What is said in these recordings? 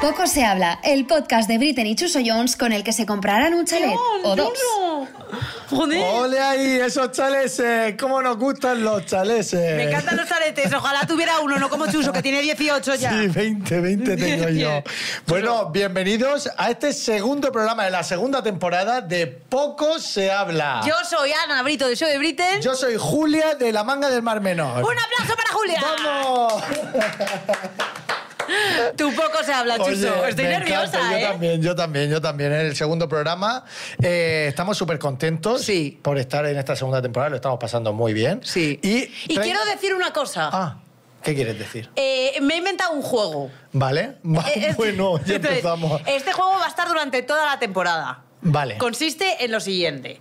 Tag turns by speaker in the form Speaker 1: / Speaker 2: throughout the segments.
Speaker 1: Poco se habla, el podcast de Britten y Chuso Jones con el que se comprarán un chalet o dos.
Speaker 2: Joder.
Speaker 3: ¡Ole ahí! ¡Esos chaleses! ¡Cómo nos gustan los chaleses!
Speaker 2: Me encantan los aretes. Ojalá tuviera uno, no como Chuso, que tiene 18 ya.
Speaker 3: Sí, 20, 20 tengo
Speaker 2: Bien,
Speaker 3: yo.
Speaker 2: bien.
Speaker 3: Bueno, bienvenidos a este segundo programa de la segunda temporada de Poco se habla.
Speaker 2: Yo soy Ana Brito de Show de Britain.
Speaker 3: Yo soy Julia de la manga del Mar Menor.
Speaker 2: ¡Un aplauso para Julia!
Speaker 3: ¡Vamos!
Speaker 2: Tú poco se habla, Chuso.
Speaker 3: Oye,
Speaker 2: Estoy
Speaker 3: me
Speaker 2: nerviosa,
Speaker 3: encanta.
Speaker 2: ¿eh?
Speaker 3: Yo también, yo también, yo también. Es el segundo programa. Eh, estamos súper contentos
Speaker 2: Sí.
Speaker 3: por estar en esta segunda temporada. Lo estamos pasando muy bien.
Speaker 2: Sí.
Speaker 3: Y, trae-
Speaker 2: quiero decir una cosa.
Speaker 3: Ah, ¿qué quieres decir?
Speaker 2: Eh, me he inventado un juego.
Speaker 3: ¿Vale?
Speaker 2: Eh,
Speaker 3: Ah, bueno, ya
Speaker 2: entonces,
Speaker 3: empezamos.
Speaker 2: Este juego va a estar durante toda la temporada.
Speaker 3: Vale.
Speaker 2: Consiste en lo siguiente.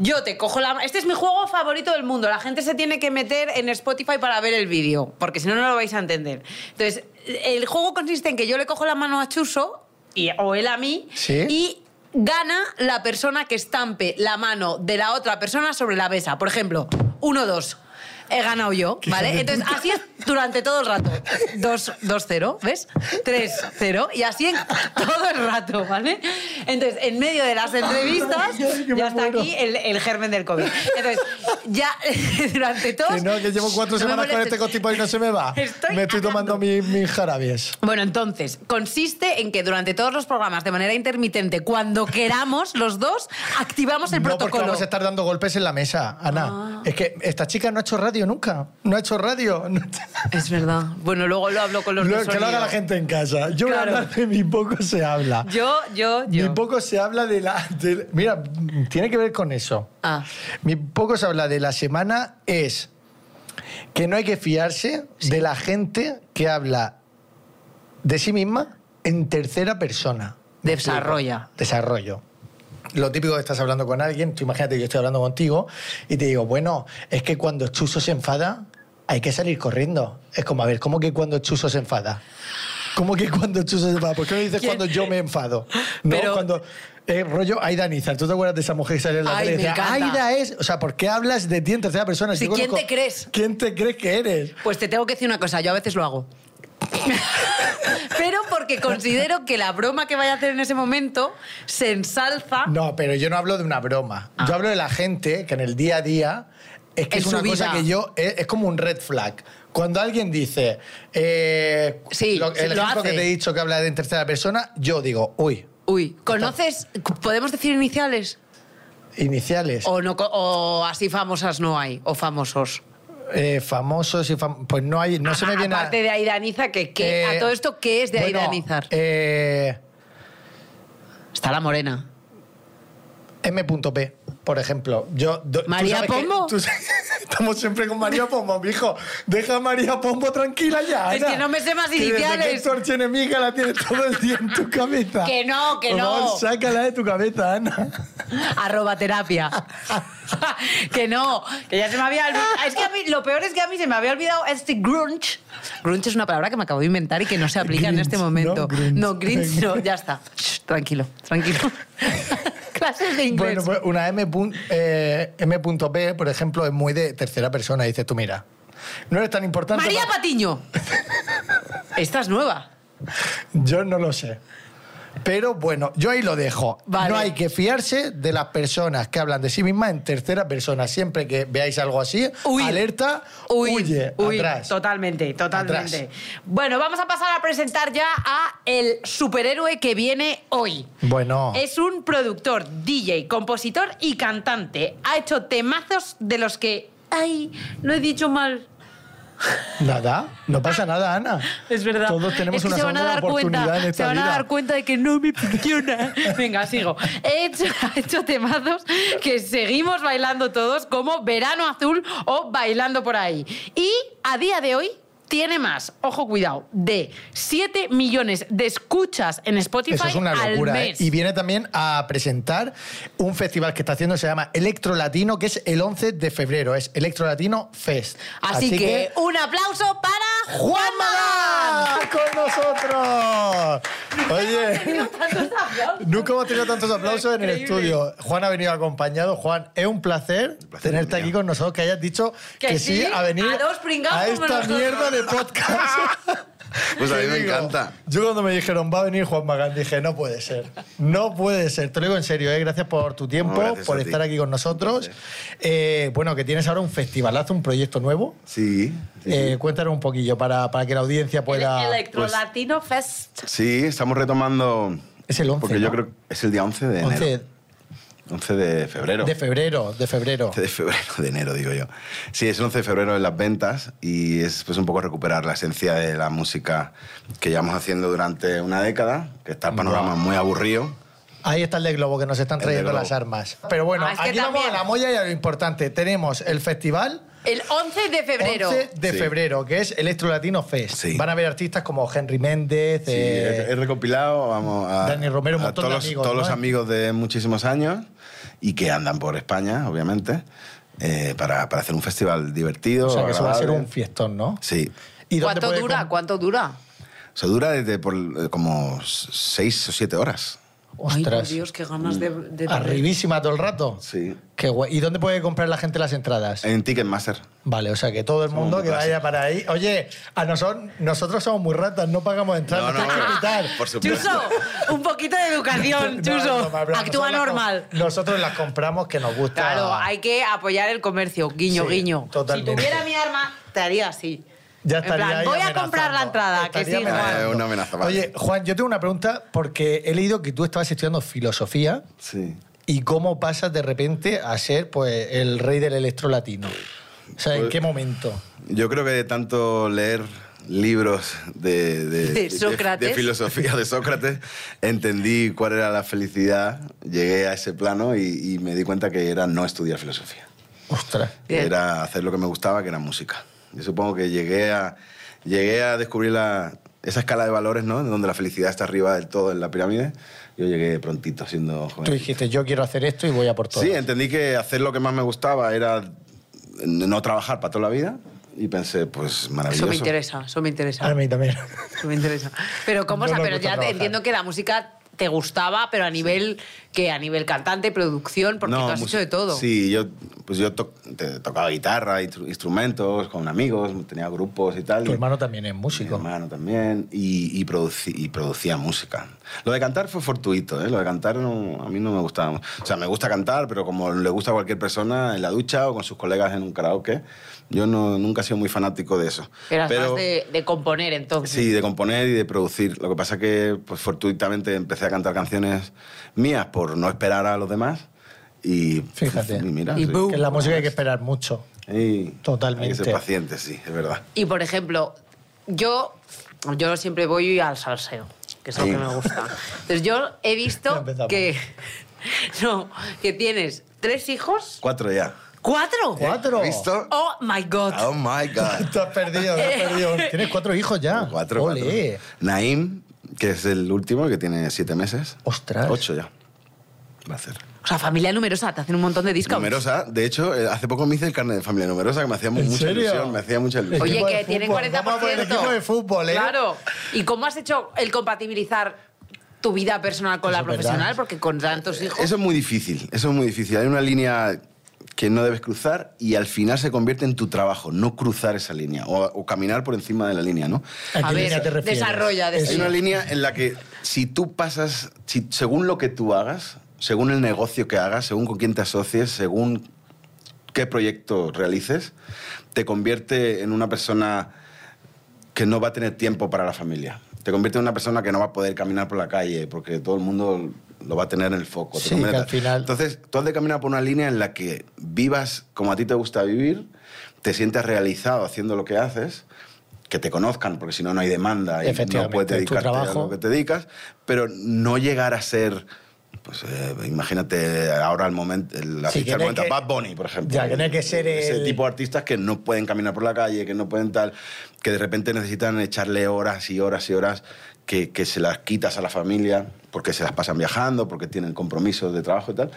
Speaker 2: Yo te cojo la... Este es mi juego favorito del mundo. La gente se tiene que meter en Spotify para ver el vídeo, porque si no, no lo vais a entender. Entonces, el juego consiste en que yo le cojo la mano a Chuso, y, o él a mí,
Speaker 3: Sí.
Speaker 2: y gana la persona que estampe la mano de la otra persona sobre la mesa. Por ejemplo, uno, dos. He ganado yo, ¿vale? Entonces, así es durante todo el rato. 2-0, ¿ves? 3-0, y así en todo el rato, ¿vale? Entonces, en medio de las entrevistas,
Speaker 3: Ay, que me
Speaker 2: ya está
Speaker 3: muero.
Speaker 2: aquí el, el germen del COVID. Entonces, ya durante todos...
Speaker 3: Que no, que llevo cuatro
Speaker 2: No me
Speaker 3: semanas con
Speaker 2: molestes.
Speaker 3: este constipado y no se me va.
Speaker 2: Estoy
Speaker 3: me estoy tomando
Speaker 2: hablando.
Speaker 3: mi- mis jarabes.
Speaker 2: Bueno, entonces, consiste en que durante todos los programas, de manera intermitente, cuando queramos los dos, activamos el
Speaker 3: No, porque
Speaker 2: protocolo. Ah.
Speaker 3: vamos a estar dando golpes en la mesa, Ana. Es que esta chica no ha hecho radio nunca. No ha hecho radio. No ha hecho-
Speaker 2: Es verdad. Bueno, luego lo hablo con los
Speaker 3: Lo-
Speaker 2: dos
Speaker 3: que lo haga
Speaker 2: sonidos.
Speaker 3: la gente en casa.
Speaker 2: Claro.
Speaker 3: Yo voy a hablar de mi poco se habla.
Speaker 2: Yo, yo,
Speaker 3: Mi
Speaker 2: yo.
Speaker 3: poco se habla de la... de- mira, tiene que ver con eso.
Speaker 2: Ah.
Speaker 3: Mi poco se habla de la semana es que no hay que fiarse de la gente que habla de sí misma en tercera persona. ¿Me explico?
Speaker 2: Desarrolla.
Speaker 3: Desarrollo. Lo típico que estás hablando con alguien, tú imagínate que yo estoy hablando contigo y te digo, bueno, es que cuando Chuso se enfada, hay que salir corriendo. Es como, a ver, ¿cómo que cuando Chuso se enfada? ¿Cómo que cuando Chuso se enfada? ¿Por qué no dices
Speaker 2: ¿Quién?
Speaker 3: cuando yo me enfado? No,
Speaker 2: Pero-
Speaker 3: cuando... eh, rollo Aida Nizar. ¿Tú te acuerdas de esa mujer que salió en la
Speaker 2: Ay,
Speaker 3: tele y
Speaker 2: me
Speaker 3: decía,
Speaker 2: encanta.
Speaker 3: Aida es... O sea, ¿por qué hablas de ti en tercera persona?
Speaker 2: Sí,
Speaker 3: Yo
Speaker 2: ¿quién te crees?
Speaker 3: ¿Quién te crees que eres?
Speaker 2: Pues te tengo que decir una cosa, yo a veces lo hago. Pero porque considero que la broma que vaya a hacer en ese momento se ensalza.
Speaker 3: No, pero yo no hablo de una broma.
Speaker 2: Ah.
Speaker 3: Yo hablo de la gente que en el día a día es que
Speaker 2: En
Speaker 3: es una
Speaker 2: su
Speaker 3: cosa
Speaker 2: vida.
Speaker 3: que yo es, es como un red flag. Cuando alguien dice eh,
Speaker 2: Sí,
Speaker 3: lo- el
Speaker 2: sí, lo
Speaker 3: ejemplo
Speaker 2: hace.
Speaker 3: que te he dicho que habla de en tercera persona, yo digo, uy,
Speaker 2: Uy, ¿conoces? ¿Podemos decir iniciales?
Speaker 3: iniciales,
Speaker 2: O, no, co- o así famosas no hay, o famosos.
Speaker 3: eh, famosos y fam- pues no hay, no se me viene. a-
Speaker 2: Aparte de Aidaniza, que, que-
Speaker 3: Eh,
Speaker 2: a todo esto, ¿qué es de
Speaker 3: bueno,
Speaker 2: Aidanizar?
Speaker 3: eh,
Speaker 2: Está la morena.
Speaker 3: M.P., por ejemplo. Yo, do- tú
Speaker 2: ¿María
Speaker 3: sabes que-
Speaker 2: Pombo?
Speaker 3: tú sabes- estamos siempre con María Pombo, mijo. Deja a María Pombo tranquila ya.
Speaker 2: Es
Speaker 3: Ana.
Speaker 2: que no me sé más
Speaker 3: Que desde Que
Speaker 2: iniciales.
Speaker 3: es tu archienemiga la tienes todo el día en tu cabeza.
Speaker 2: Que no, que
Speaker 3: Por
Speaker 2: no.
Speaker 3: favor, sácala de tu cabeza, Ana.
Speaker 2: Arroba terapia. que no, que ya se me había olvidado. Es que a mí, lo peor es que a mí se me había olvidado este grunge. Grunge es una palabra que me acabo de inventar y que no se aplica en
Speaker 3: Grinch,
Speaker 2: este momento.
Speaker 3: no, grunge.
Speaker 2: No, grunge no, ya está. Shh, tranquilo, tranquilo. Clases de inglés.
Speaker 3: Bueno, pues una M. pun- eh, M.P., por ejemplo, es muy de tercera persona. Dices tú, mira, no eres tan importante.
Speaker 2: María
Speaker 3: pa-
Speaker 2: Patiño. Esta es nueva.
Speaker 3: Yo no lo sé. Pero bueno, yo ahí lo dejo.
Speaker 2: Vale.
Speaker 3: No hay que fiarse de las personas que hablan de sí mismas en tercera persona. Siempre que veáis algo así,
Speaker 2: Huir.
Speaker 3: alerta,
Speaker 2: Huir,
Speaker 3: huye,
Speaker 2: huir,
Speaker 3: atrás.
Speaker 2: Totalmente, totalmente. Bueno, vamos a pasar a presentar ya a el superhéroe que viene hoy.
Speaker 3: Bueno.
Speaker 2: Es un productor, DJ, compositor y cantante. Ha hecho temazos de los que... Ay, lo he dicho mal.
Speaker 3: Nada, no pasa nada, Ana.
Speaker 2: Ah. Es verdad.
Speaker 3: Todos tenemos
Speaker 2: Es que
Speaker 3: una
Speaker 2: se van a
Speaker 3: segunda
Speaker 2: dar
Speaker 3: oportunidad
Speaker 2: cuenta,
Speaker 3: en esta
Speaker 2: Se van
Speaker 3: vida.
Speaker 2: a dar cuenta de que no me funciona. Venga, sigo. He hecho, ha hecho temazos que seguimos bailando todos como Verano Azul o Bailando por ahí. Y a día de hoy tiene más, ojo cuidado, de 7 millones de escuchas en Spotify
Speaker 3: Eso es una
Speaker 2: al
Speaker 3: locura. ¿eh?
Speaker 2: mes.
Speaker 3: Y viene también a presentar un festival que está haciendo, se llama Electro Latino, que es el 11 de febrero. Es Electro Latino Fest.
Speaker 2: Así, que, un aplauso para Juan Magán.
Speaker 3: ¡Juanma con nosotros! Oye,
Speaker 2: Tantos aplausos.
Speaker 3: nunca hemos tenido tantos aplausos en el
Speaker 2: Increíble.
Speaker 3: estudio. Juan ha venido acompañado. Juan, es un placer,
Speaker 4: placer
Speaker 3: tenerte
Speaker 4: es mío.
Speaker 3: aquí con nosotros, que hayas dicho
Speaker 2: Que
Speaker 3: que, sí,
Speaker 2: sí,
Speaker 3: a venir
Speaker 2: a dos pringados
Speaker 3: a
Speaker 2: como
Speaker 3: esta
Speaker 2: nosotros.
Speaker 3: mierda de podcast.
Speaker 4: Pues a mí
Speaker 3: Te
Speaker 4: me
Speaker 3: digo,
Speaker 4: encanta.
Speaker 3: Yo cuando me dijeron, va a venir Juan Magán, dije, no puede ser. No puede ser. Te lo digo en serio, ¿eh? gracias por tu tiempo,
Speaker 4: No, gracias
Speaker 3: por
Speaker 4: a ti.
Speaker 3: estar aquí con nosotros.
Speaker 4: Un
Speaker 3: Eh, bueno, que tienes ahora un festivalazo, un proyecto nuevo.
Speaker 4: Sí. sí,
Speaker 3: Eh, cuéntanos un poquillo para, para que la audiencia pueda... pues,
Speaker 2: El Electro Latino Fest.
Speaker 4: Sí, estamos retomando.
Speaker 3: Es el 11,
Speaker 4: Porque yo
Speaker 3: ¿no?
Speaker 4: creo que es el día 11 de enero.
Speaker 3: 11
Speaker 4: 11 de febrero.
Speaker 3: de febrero, de febrero.
Speaker 4: 11 de febrero, de enero, digo yo. Sí, es el 11 de febrero en las ventas y es pues, un poco recuperar la esencia de la música que llevamos haciendo durante una década, que está el panorama muy aburrido.
Speaker 3: Ahí está el de Globo, que nos están
Speaker 4: El de
Speaker 3: trayendo
Speaker 4: Globo.
Speaker 3: las armas. Pero bueno,
Speaker 2: Ah, es que
Speaker 3: aquí vamos
Speaker 2: también-
Speaker 3: a la molla y a lo importante. Tenemos el festival
Speaker 2: El 11 de febrero.
Speaker 3: 11 de
Speaker 4: Sí.
Speaker 3: febrero, que es Electro Latino Fest.
Speaker 4: Sí.
Speaker 3: Van a ver artistas como Henry Méndez,
Speaker 4: Sí,
Speaker 3: eh,
Speaker 4: he, he recopilado vamos, a,
Speaker 3: Dani Romero, un
Speaker 4: a
Speaker 3: montón
Speaker 4: todos,
Speaker 3: de
Speaker 4: los-
Speaker 3: amigos,
Speaker 4: todos
Speaker 3: ¿no?
Speaker 4: los amigos de muchísimos años y que andan por España, obviamente, eh, para, para hacer un festival divertido.
Speaker 3: o sea que eso va a ser
Speaker 4: agradable.
Speaker 3: un fiestón, ¿no?
Speaker 4: Sí.
Speaker 3: ¿Y dónde
Speaker 2: ¿Cuánto
Speaker 3: puede
Speaker 2: dura?
Speaker 3: com-
Speaker 2: ¿Cuánto dura?
Speaker 4: O sea, dura desde por, eh, como seis o siete horas.
Speaker 2: Ay, por
Speaker 3: Ostras,
Speaker 2: Dios, qué ganas de... de
Speaker 3: arribísima todo el rato.
Speaker 4: Sí.
Speaker 3: Qué guay. ¿Y dónde puede comprar la gente las entradas?
Speaker 4: En Ticketmaster.
Speaker 3: Vale, o sea que todo el
Speaker 4: Somos
Speaker 3: mundo
Speaker 4: muy
Speaker 3: que vaya
Speaker 4: clásicos.
Speaker 3: para ahí. Oye, a nosotros, nosotros somos muy ratas, no pagamos entradas,
Speaker 4: No,
Speaker 3: nos
Speaker 4: no,
Speaker 3: tienes que invitar.
Speaker 4: por supuesto.
Speaker 2: Chuso, un poquito de educación,
Speaker 3: No, no,
Speaker 2: Chuso.
Speaker 3: no, no,
Speaker 2: Actúa
Speaker 3: nosotros las com-
Speaker 2: normal.
Speaker 3: Nosotros las compramos que nos gusta.
Speaker 2: Claro, hay que apoyar el comercio. Guiño,
Speaker 3: Sí,
Speaker 2: guiño.
Speaker 3: totalmente.
Speaker 2: Si tuviera mi arma, te haría así.
Speaker 3: Ya
Speaker 2: En
Speaker 3: estaría
Speaker 2: plan,
Speaker 3: ahí
Speaker 2: voy a
Speaker 3: amenazando.
Speaker 2: comprar la entrada, que sí,
Speaker 3: Estaría
Speaker 2: Juan.
Speaker 4: Eh,
Speaker 3: amenazando.
Speaker 4: una amenaza, vale.
Speaker 3: Oye, Juan, yo tengo una pregunta porque he leído que tú estabas estudiando filosofía
Speaker 4: Sí.
Speaker 3: y cómo pasas de repente a ser pues, el rey del electro latino. O sea, ¿en
Speaker 4: Pues-
Speaker 3: qué momento?
Speaker 4: Yo creo que de tanto leer libros de,
Speaker 2: De
Speaker 4: de
Speaker 2: Sócrates.
Speaker 4: filosofía de Sócrates, entendí cuál era la felicidad, llegué a ese plano y, y me di cuenta que era no estudiar filosofía,
Speaker 3: Ostras.
Speaker 4: que
Speaker 2: Bien.
Speaker 4: era hacer lo que me gustaba, que era música. Yo supongo que llegué a, llegué a descubrir la, esa escala de valores, ¿no? Donde la felicidad está arriba del todo en la pirámide. Yo llegué prontito, siendo joven.
Speaker 3: Tú dijiste, yo quiero hacer esto y voy a por todo.
Speaker 4: Pues- Sí, entendí que hacer lo que más me gustaba era no trabajar para toda la vida y pensé, pues maravilloso.
Speaker 2: Eso me interesa, eso me interesa.
Speaker 3: Ah, A mí también.
Speaker 2: Eso me interesa. Pero cómo,
Speaker 3: No
Speaker 2: o sea,
Speaker 3: nos
Speaker 2: pero
Speaker 3: gusta
Speaker 2: ya te-
Speaker 3: trabajar.
Speaker 2: entiendo que la música te gustaba, pero a nivel que a nivel cantante, producción, porque tú has
Speaker 4: mus-
Speaker 2: hecho de todo.
Speaker 4: Sí, yo, pues yo toc- te- tocaba guitarra, instru- instrumentos, con amigos, tenía grupos y tal.
Speaker 3: Tu
Speaker 4: y-
Speaker 3: hermano también es
Speaker 4: Mi
Speaker 3: músico.
Speaker 4: hermano también. Y, y producí- y producía música. Lo de cantar fue fortuito, ¿eh? Lo de cantar no- a mí no me gustaba. mu- O sea, me gusta cantar, pero como le gusta a cualquier persona en la ducha o con sus colegas en un karaoke, yo no, nunca he sido muy fanático de eso.
Speaker 2: Eras
Speaker 4: pero,
Speaker 2: más de, de componer entonces.
Speaker 4: Sí, de componer y de producir. Lo que pasa que, pues, fortuitamente empecé a cantar canciones mías por no esperar a los demás. Y
Speaker 3: Fíjate.
Speaker 4: y mira,
Speaker 2: Y
Speaker 4: sí.
Speaker 2: boom.
Speaker 3: Que en la música hay que esperar mucho.
Speaker 4: Y
Speaker 3: Totalmente.
Speaker 4: Hay que ser paciente, sí, es verdad.
Speaker 2: Y por ejemplo, yo, yo siempre voy al salseo, que es lo
Speaker 4: Sí.
Speaker 2: que me gusta. Entonces yo he
Speaker 3: Ya
Speaker 2: visto
Speaker 3: empezamos.
Speaker 2: que no, que tienes tres hijos,
Speaker 4: Cuatro ya.
Speaker 2: cuatro.
Speaker 3: ¿Cuatro?
Speaker 4: ¿Eh? ¿Visto?
Speaker 2: Oh my god.
Speaker 4: Oh my God.
Speaker 3: Tú has perdido, tú has perdido. Tienes cuatro hijos ya.
Speaker 4: cuatro, cuatro.
Speaker 3: Ah, Ole.
Speaker 4: Naim, que es el último, que tiene siete meses.
Speaker 3: Ostras.
Speaker 4: Ocho ya. Va a ser.
Speaker 2: O sea, familia numerosa, te hacen un montón de discos.
Speaker 4: Numerosa. De hecho, eh, hace poco me hice el carnet de familia numerosa, que me hacía mu-
Speaker 3: ¿En
Speaker 4: mucha
Speaker 3: serio?
Speaker 4: ilusión. Me hacía mucha ilusión.
Speaker 3: Equipo
Speaker 2: Oye,
Speaker 3: de
Speaker 2: que tienen
Speaker 3: fútbol.
Speaker 2: 40%.
Speaker 3: Vamos por el equipo de fútbol, ¿eh?
Speaker 2: Claro. ¿Y cómo has hecho el compatibilizar tu vida personal con
Speaker 3: Eso
Speaker 2: la
Speaker 3: es verdad.
Speaker 2: profesional? Porque con tantos hijos.
Speaker 4: Eso es muy difícil, eso es muy difícil. Hay una línea que no debes cruzar y al final se convierte en tu trabajo, no cruzar esa línea o, o caminar por encima de la línea, ¿no?
Speaker 3: ¿A,
Speaker 2: A
Speaker 3: qué
Speaker 2: ver,
Speaker 3: línea te refieres?
Speaker 2: desarrolla,
Speaker 4: Hay
Speaker 2: desarrolla.
Speaker 4: una línea en la que si tú pasas, si- según lo que tú hagas, según el negocio que hagas, según con quién te asocies, según qué proyecto realices, te convierte en una persona que no va a tener tiempo para la familia. Te convierte en una persona que no va a poder caminar por la calle porque todo el mundo lo va a tener en el foco. Te
Speaker 3: Sí,
Speaker 4: convierte-
Speaker 3: que al final-
Speaker 4: Entonces, tú has de caminar por una línea en la que vivas como a ti te gusta vivir, te sientes realizado haciendo lo que haces, que te conozcan, porque si no, no hay demanda y no
Speaker 3: Efectivamente,
Speaker 4: puedes
Speaker 3: tu
Speaker 4: dedicarte
Speaker 3: trabajo.
Speaker 4: a lo que te dedicas, pero no llegar a ser... Pues eh, imagínate ahora el momento, el
Speaker 3: Sí,
Speaker 4: artista
Speaker 3: que
Speaker 4: del
Speaker 3: no hay
Speaker 4: momento,
Speaker 3: que-
Speaker 4: Bad Bunny, por ejemplo.
Speaker 3: Ya, que no hay que ser
Speaker 4: Ese
Speaker 3: el-
Speaker 4: tipo de artistas que no pueden caminar por la calle, que no pueden tal, que de repente necesitan echarle horas y horas y horas que, que se las quitas a la familia porque se las pasan viajando, porque tienen compromisos de trabajo y tal.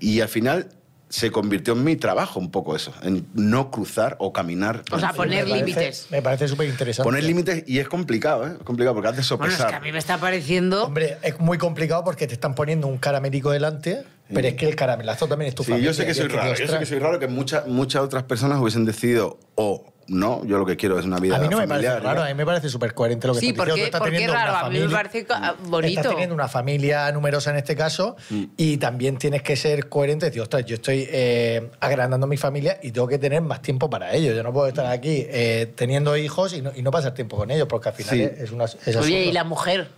Speaker 4: Y al final se convirtió en mi trabajo un poco eso, en no cruzar o caminar.
Speaker 2: O sea,
Speaker 4: por
Speaker 2: poner
Speaker 4: encima.
Speaker 3: Me parece-
Speaker 2: límites.
Speaker 3: Me parece súper interesante.
Speaker 4: Poner límites y es complicado, ¿eh? Es complicado porque has de
Speaker 2: Bueno, es
Speaker 4: sopesar.
Speaker 2: que a mí me está pareciendo.
Speaker 3: Hombre, es muy complicado porque te están poniendo un caramelico delante, pero es que el caramelazo también es tu
Speaker 4: Sí,
Speaker 3: familia.
Speaker 4: yo sé que
Speaker 3: y
Speaker 4: soy
Speaker 3: es te
Speaker 4: raro, yo sé
Speaker 3: ostras,
Speaker 4: que soy raro que muchas muchas otras personas hubiesen decidido o no, yo lo que quiero es una vida
Speaker 3: A mí no me
Speaker 4: familiar.
Speaker 3: parece raro, a
Speaker 4: ¿no?
Speaker 3: mí me parece súper coherente lo que
Speaker 2: Sí,
Speaker 3: estás diciendo. Tú
Speaker 2: porque,
Speaker 3: estás
Speaker 2: porque es
Speaker 3: teniendo una
Speaker 2: raro. A mí me
Speaker 3: familia-
Speaker 2: parece ah, bonito.
Speaker 3: Estás teniendo una familia numerosa en este caso
Speaker 4: Mm.
Speaker 3: y también tienes que ser coherente. Decir, ostras, yo estoy eh, agrandando mi familia y tengo que tener más tiempo para ellos. Yo no puedo estar aquí eh, teniendo hijos y no, y no pasar tiempo con ellos, porque al final
Speaker 4: Sí.
Speaker 3: es es una. es
Speaker 2: Oye,
Speaker 3: absurdo.
Speaker 2: y la mujer.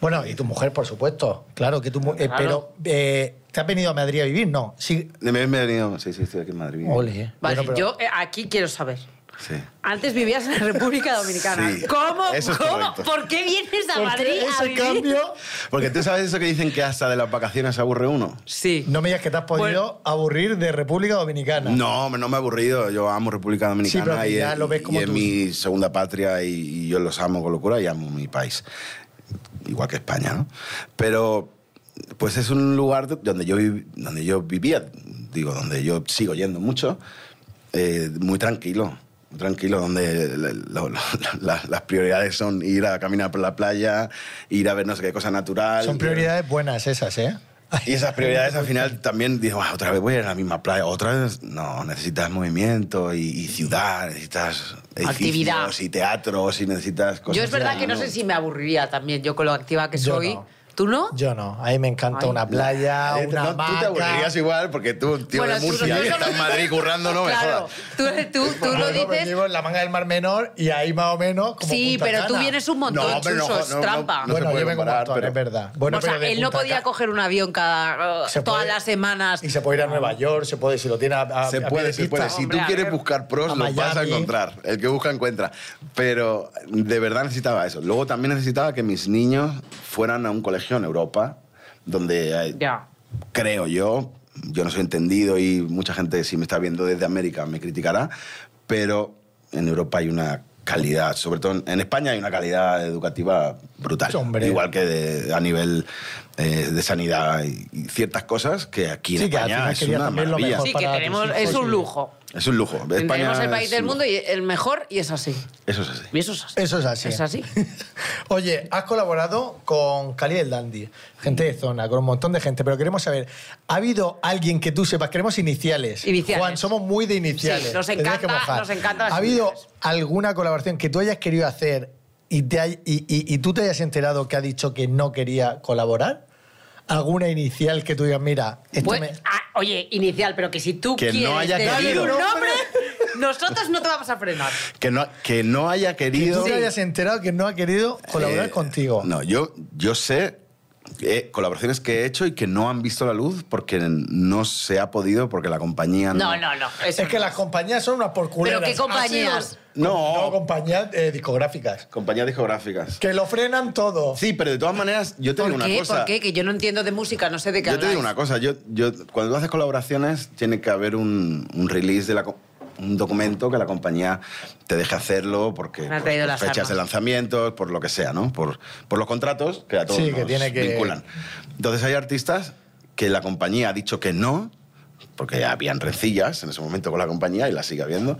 Speaker 3: Bueno, y tu mujer, por supuesto. Claro que tu mujer.
Speaker 2: Claro.
Speaker 3: Pero, eh, ¿te has venido a Madrid a vivir? No. Sí.
Speaker 4: De vez me he venido- Sí, sí, estoy aquí en Madrid.
Speaker 3: Ole. eh.
Speaker 2: Vale,
Speaker 3: Bueno, pero-
Speaker 2: yo eh, aquí quiero saber.
Speaker 4: Sí.
Speaker 2: Antes vivías en la República Dominicana.
Speaker 4: Sí,
Speaker 2: ¿Cómo?
Speaker 4: eso es
Speaker 2: ¿Cómo?
Speaker 4: correcto.
Speaker 2: ¿Por qué vienes a
Speaker 3: Porque
Speaker 2: Madrid a
Speaker 3: ese
Speaker 2: vivir?
Speaker 3: cambio.
Speaker 4: Porque tú sabes eso que dicen que hasta de las vacaciones se aburre uno.
Speaker 2: Sí.
Speaker 3: No me digas que te has podido
Speaker 2: Bueno.
Speaker 3: aburrir de República Dominicana.
Speaker 4: No, hombre, no me he aburrido. Yo amo República
Speaker 3: Sí, pero
Speaker 4: Dominicana
Speaker 3: al
Speaker 4: y,
Speaker 3: final
Speaker 4: es-
Speaker 3: lo ves como
Speaker 4: y es
Speaker 3: tus-
Speaker 4: mi segunda patria y, y yo los amo con locura y amo mi país. Igual que España, ¿no? Pero pues es un lugar do- donde yo, vi- donde yo vivía, digo, donde yo sigo yendo mucho, eh, muy tranquilo. muy Tranquilo, donde la- lo- lo- la- las prioridades son ir a caminar por la playa, ir a ver no sé qué cosa natural.
Speaker 3: Son prioridades buenas esas, ¿eh?
Speaker 4: Y esas prioridades al final también digo, "Ah, otra vez voy a ir a la misma playa, otra vez no, necesitas movimiento y, y ciudad, necesitas edificios
Speaker 2: Actividad.
Speaker 4: y teatros y necesitas cosas.
Speaker 2: Yo es verdad
Speaker 4: así,
Speaker 2: que no sé si me aburriría también yo con lo activa que
Speaker 3: Yo
Speaker 2: soy.
Speaker 3: no.
Speaker 2: ¿Tú no?
Speaker 3: Yo no. A mí me encanta
Speaker 2: Ay.
Speaker 3: una playa,
Speaker 4: Eh,
Speaker 3: una
Speaker 4: no, tú te
Speaker 3: hamaca.
Speaker 4: aburrirías igual porque tú, tío
Speaker 2: Bueno,
Speaker 4: de
Speaker 2: tú-
Speaker 4: Murcia,
Speaker 2: yo
Speaker 4: que
Speaker 2: solo-
Speaker 4: estás en Madrid currando, no me
Speaker 2: claro.
Speaker 4: jodas.
Speaker 2: Tú, tú, tú
Speaker 3: Yo
Speaker 2: lo
Speaker 3: no, pues,
Speaker 2: dices.
Speaker 3: vivo en la manga del Mar Menor y ahí más o menos como
Speaker 2: Sí,
Speaker 3: Punta
Speaker 2: pero tú
Speaker 3: Cana.
Speaker 2: vienes un montón,
Speaker 4: No, pero no,
Speaker 2: Chuso, es
Speaker 4: no, no,
Speaker 2: trampa.
Speaker 4: no se
Speaker 3: bueno,
Speaker 4: puede
Speaker 3: yo vengo un
Speaker 4: comparar,
Speaker 3: montón,
Speaker 4: pero-
Speaker 3: es verdad. Bueno,
Speaker 2: o sea,
Speaker 3: pero de
Speaker 2: él no
Speaker 3: Punta
Speaker 2: podía
Speaker 3: Cana-
Speaker 2: coger un avión cada
Speaker 3: Se
Speaker 2: todas
Speaker 3: puede-
Speaker 2: las semanas.
Speaker 3: Y se puede ir a Nueva York, se puede, si lo tiene a, a-
Speaker 4: Se
Speaker 3: a pie
Speaker 4: puede,
Speaker 3: de
Speaker 4: se
Speaker 3: pista.
Speaker 4: puede. Si
Speaker 2: Hombre,
Speaker 4: tú
Speaker 2: a
Speaker 4: quieres
Speaker 2: ver.
Speaker 4: buscar
Speaker 3: A
Speaker 4: pros, los vas a
Speaker 3: Miami.
Speaker 4: encontrar. El que busca, encuentra. Pero de verdad necesitaba eso. Luego también necesitaba que mis niños fueran a un colegio en Europa, donde hay-
Speaker 2: Ya.
Speaker 4: creo yo, yo no soy entendido y mucha gente si me está viendo desde América me criticará, pero en Europa hay una calidad, sobre todo en- en España hay una calidad educativa brutal,
Speaker 3: Hombre.
Speaker 4: igual que de- a nivel eh, de sanidad y, y ciertas cosas que aquí en
Speaker 3: Sí, que al
Speaker 4: España
Speaker 3: final
Speaker 4: es
Speaker 3: quería
Speaker 4: una
Speaker 3: también lo
Speaker 4: maravilla.
Speaker 3: mejor.
Speaker 2: Sí, que
Speaker 3: Pues Para tus
Speaker 2: tenemos.
Speaker 3: hijos
Speaker 2: Es
Speaker 3: y-
Speaker 2: un lujo.
Speaker 4: Es un lujo. España
Speaker 2: tenemos el país
Speaker 4: es
Speaker 2: del
Speaker 4: un
Speaker 2: mundo
Speaker 4: lujo.
Speaker 2: y el mejor y es así.
Speaker 4: Eso es así.
Speaker 2: Y eso es así.
Speaker 3: Eso es así.
Speaker 2: Es así.
Speaker 3: Oye, has colaborado con Cali el Dandy, gente de zona, con un montón de gente, pero queremos saber, ¿ha habido alguien que tú sepas? Queremos iniciales.
Speaker 2: Iniciales.
Speaker 3: Juan, somos muy de iniciales.
Speaker 2: Sí, nos
Speaker 3: te tienes que
Speaker 2: encanta-
Speaker 3: mojar.
Speaker 2: nos encantan las
Speaker 3: ¿Ha habido
Speaker 2: iniciales.
Speaker 3: alguna colaboración que tú hayas querido hacer y, te hay- y, y- y tú te hayas enterado que ha dicho que no quería colaborar? ¿Alguna inicial que tú digas, mira, esto
Speaker 2: Pues,
Speaker 3: me-
Speaker 2: ah, oye, inicial, pero que si tú
Speaker 4: Que no
Speaker 2: quieres
Speaker 4: haya
Speaker 2: decir
Speaker 4: querido.
Speaker 2: un nombre, nosotros no te vamos a frenar.
Speaker 4: Que no, que no haya
Speaker 3: que
Speaker 4: querido...
Speaker 3: tú te hayas enterado que no ha querido colaborar
Speaker 4: Eh,
Speaker 3: contigo?
Speaker 4: No, yo, yo sé eh, colaboraciones que he hecho y que no han visto la luz porque no se ha podido, porque la compañía Ah, no.
Speaker 2: No, no, no. eso
Speaker 3: Es que
Speaker 2: no.
Speaker 3: las compañías son unas porculeras.
Speaker 2: ¿Pero qué compañías?
Speaker 3: Ha sido-
Speaker 4: No.
Speaker 3: No, compañías eh, discográficas.
Speaker 4: Compañías discográficas.
Speaker 3: Que lo frenan todo.
Speaker 4: Sí, pero de todas maneras, yo te digo
Speaker 2: ¿Por
Speaker 4: una
Speaker 2: qué?
Speaker 4: cosa.
Speaker 2: ¿Por qué? Que yo no entiendo de música, no sé de qué
Speaker 4: Yo te digo
Speaker 2: habláis.
Speaker 4: una cosa, yo, yo, cuando tú haces colaboraciones tiene que haber un, un release de la co- un documento que la compañía te deje hacerlo porque
Speaker 2: Me han
Speaker 4: por-
Speaker 2: traído
Speaker 4: por
Speaker 2: las
Speaker 4: fechas
Speaker 2: armas.
Speaker 4: de lanzamiento, por lo que sea, ¿no? Por, por los contratos que a todos
Speaker 3: Sí, que
Speaker 4: nos
Speaker 3: tiene que-
Speaker 4: vinculan. Entonces hay artistas que la compañía ha dicho que no, porque habían rencillas en ese momento con la compañía y la sigue habiendo,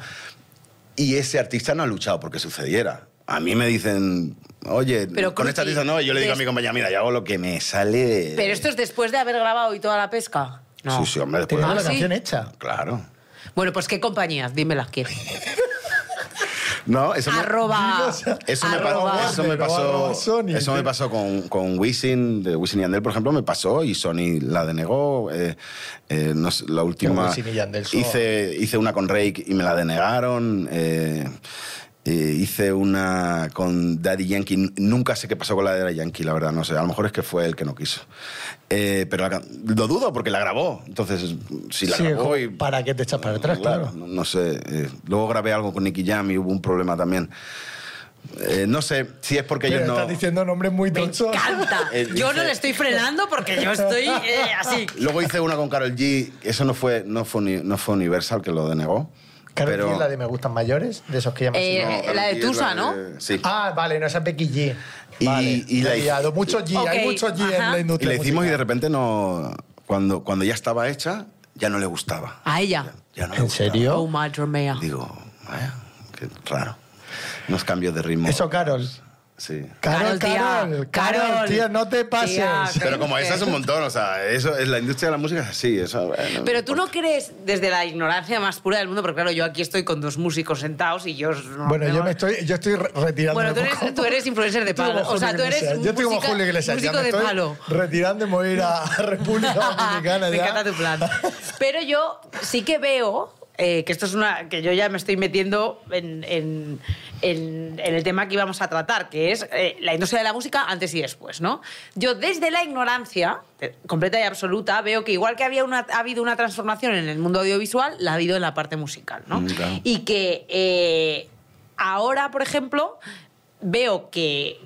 Speaker 4: y ese artista no ha luchado porque sucediera. A mí me dicen, oye,
Speaker 2: Pero,
Speaker 4: con este
Speaker 2: Cruci,
Speaker 4: artista no, y yo le digo a
Speaker 2: des-
Speaker 4: mi compañía, mira, yo hago lo que me sale. de-
Speaker 2: Pero esto es después de haber grabado y toda la pesca. No.
Speaker 4: Sí, sí, hombre, después.
Speaker 3: Teniendo
Speaker 2: Ah,
Speaker 3: la
Speaker 2: ¿sí?
Speaker 3: canción hecha.
Speaker 4: Claro.
Speaker 2: Bueno, pues qué compañías, dímelas quién.
Speaker 4: No, eso me,
Speaker 2: arroba.
Speaker 4: eso me, pa-
Speaker 2: arroba.
Speaker 4: eso me
Speaker 3: Pero arroba
Speaker 4: pasó,
Speaker 3: Sony.
Speaker 4: eso me pasó con, con Wisin, de Wisin y Yandel, por ejemplo, me pasó y Sony la denegó. eh, eh, no sé, la última...
Speaker 3: Wisin y Yandel son-
Speaker 4: hice, hice una con Rake y me la denegaron. eh, eh, hice una con Daddy Yankee. Nunca sé qué pasó con la de Daddy Yankee, la verdad, no sé. A lo mejor es que fue el que no quiso. Eh, pero la ca- lo dudo porque la grabó. Entonces, si la
Speaker 3: Sí,
Speaker 4: grabó
Speaker 3: como,
Speaker 4: y-
Speaker 3: ¿para qué te echas para atrás, claro?
Speaker 4: No, no sé. eh, luego grabé algo con Nicky Jam y hubo un problema también. Eh, no sé si es porque
Speaker 3: Pero
Speaker 4: ellos no.
Speaker 3: estás diciendo nombres muy
Speaker 2: Me
Speaker 3: tochos.
Speaker 2: encanta.
Speaker 4: Eh,
Speaker 2: Yo
Speaker 4: dice-
Speaker 2: no le estoy frenando porque yo estoy eh, así.
Speaker 4: Luego hice una con Carol G. Eso no fue, no fue, uni- no fue Universal que lo denegó.
Speaker 3: Claro,
Speaker 4: pero...
Speaker 3: ¿quién es la de Me Gustan Mayores? De esos que llamas.
Speaker 2: Eh,
Speaker 4: No, Karol
Speaker 2: la de
Speaker 4: G es
Speaker 2: Tusa, ¿no?
Speaker 4: de- Sí.
Speaker 3: Ah, vale, no, esa es Becky G.
Speaker 4: Y-
Speaker 3: Vale,
Speaker 4: y la-
Speaker 3: he liado. Mucho G,
Speaker 2: Ok,
Speaker 3: hay mucho G
Speaker 2: ajá.
Speaker 3: en la
Speaker 4: Y
Speaker 3: industria
Speaker 4: le hicimos y de
Speaker 3: musical.
Speaker 4: repente no. Cuando, cuando ya estaba hecha, ya no le gustaba.
Speaker 2: A ella.
Speaker 4: Ya no le
Speaker 3: ¿En
Speaker 4: gustaba.
Speaker 2: Oh,
Speaker 3: serio?
Speaker 2: madre mía.
Speaker 4: Digo, vaya, qué raro. Unos cambios de ritmo.
Speaker 3: Eso, Carol.
Speaker 4: Sí.
Speaker 2: Carol,
Speaker 3: Carol,
Speaker 2: tía,
Speaker 3: Carol, Carol,
Speaker 2: Carol.
Speaker 3: tía, no te pases.
Speaker 2: Tía,
Speaker 4: Pero como esa es un montón, o sea, eso es la industria de la música es así, eso. bueno,
Speaker 2: Pero tú no crees, desde la ignorancia más pura del mundo, porque claro, yo aquí estoy con dos músicos sentados y yo...
Speaker 3: Bueno, yo me estoy, yo estoy re- retirando.
Speaker 2: Bueno, tú eres, tú eres influencer de palo. O sea, tú eres un
Speaker 3: Yo estoy como
Speaker 2: música-
Speaker 3: Julio Iglesias. Ya
Speaker 2: músico
Speaker 3: me
Speaker 2: de
Speaker 3: estoy
Speaker 2: palo.
Speaker 3: retirando y me voy a ir a a República Dominicana.
Speaker 2: Me
Speaker 3: ya.
Speaker 2: encanta tu plan. Pero yo sí que veo eh, que esto es una. que yo ya me estoy metiendo en, en- en- en el tema que íbamos a tratar, que es eh, la industria de la música antes y después, ¿no? Yo desde la ignorancia eh, completa y absoluta veo que igual que había una, ha habido una transformación en el mundo audiovisual, la ha habido en la parte musical, ¿no?
Speaker 4: Mm, claro.
Speaker 2: Y que eh, ahora, por ejemplo, veo que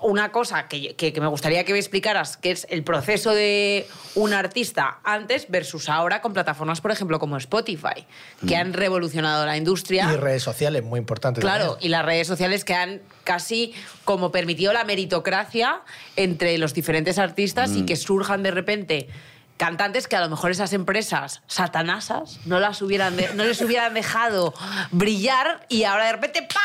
Speaker 2: una cosa que, que- que me gustaría que me explicaras, que es el proceso de un artista antes versus ahora con plataformas, por ejemplo, como Spotify, que han revolucionado la industria.
Speaker 3: Y redes sociales, muy importante.
Speaker 2: Claro,
Speaker 3: también.
Speaker 2: y las redes sociales que han casi como permitido la meritocracia entre los diferentes artistas
Speaker 4: Mm.
Speaker 2: y que surjan de repente cantantes que a lo mejor esas empresas satanasas no, las hubieran de- no les hubieran dejado brillar y ahora de repente ¡pa!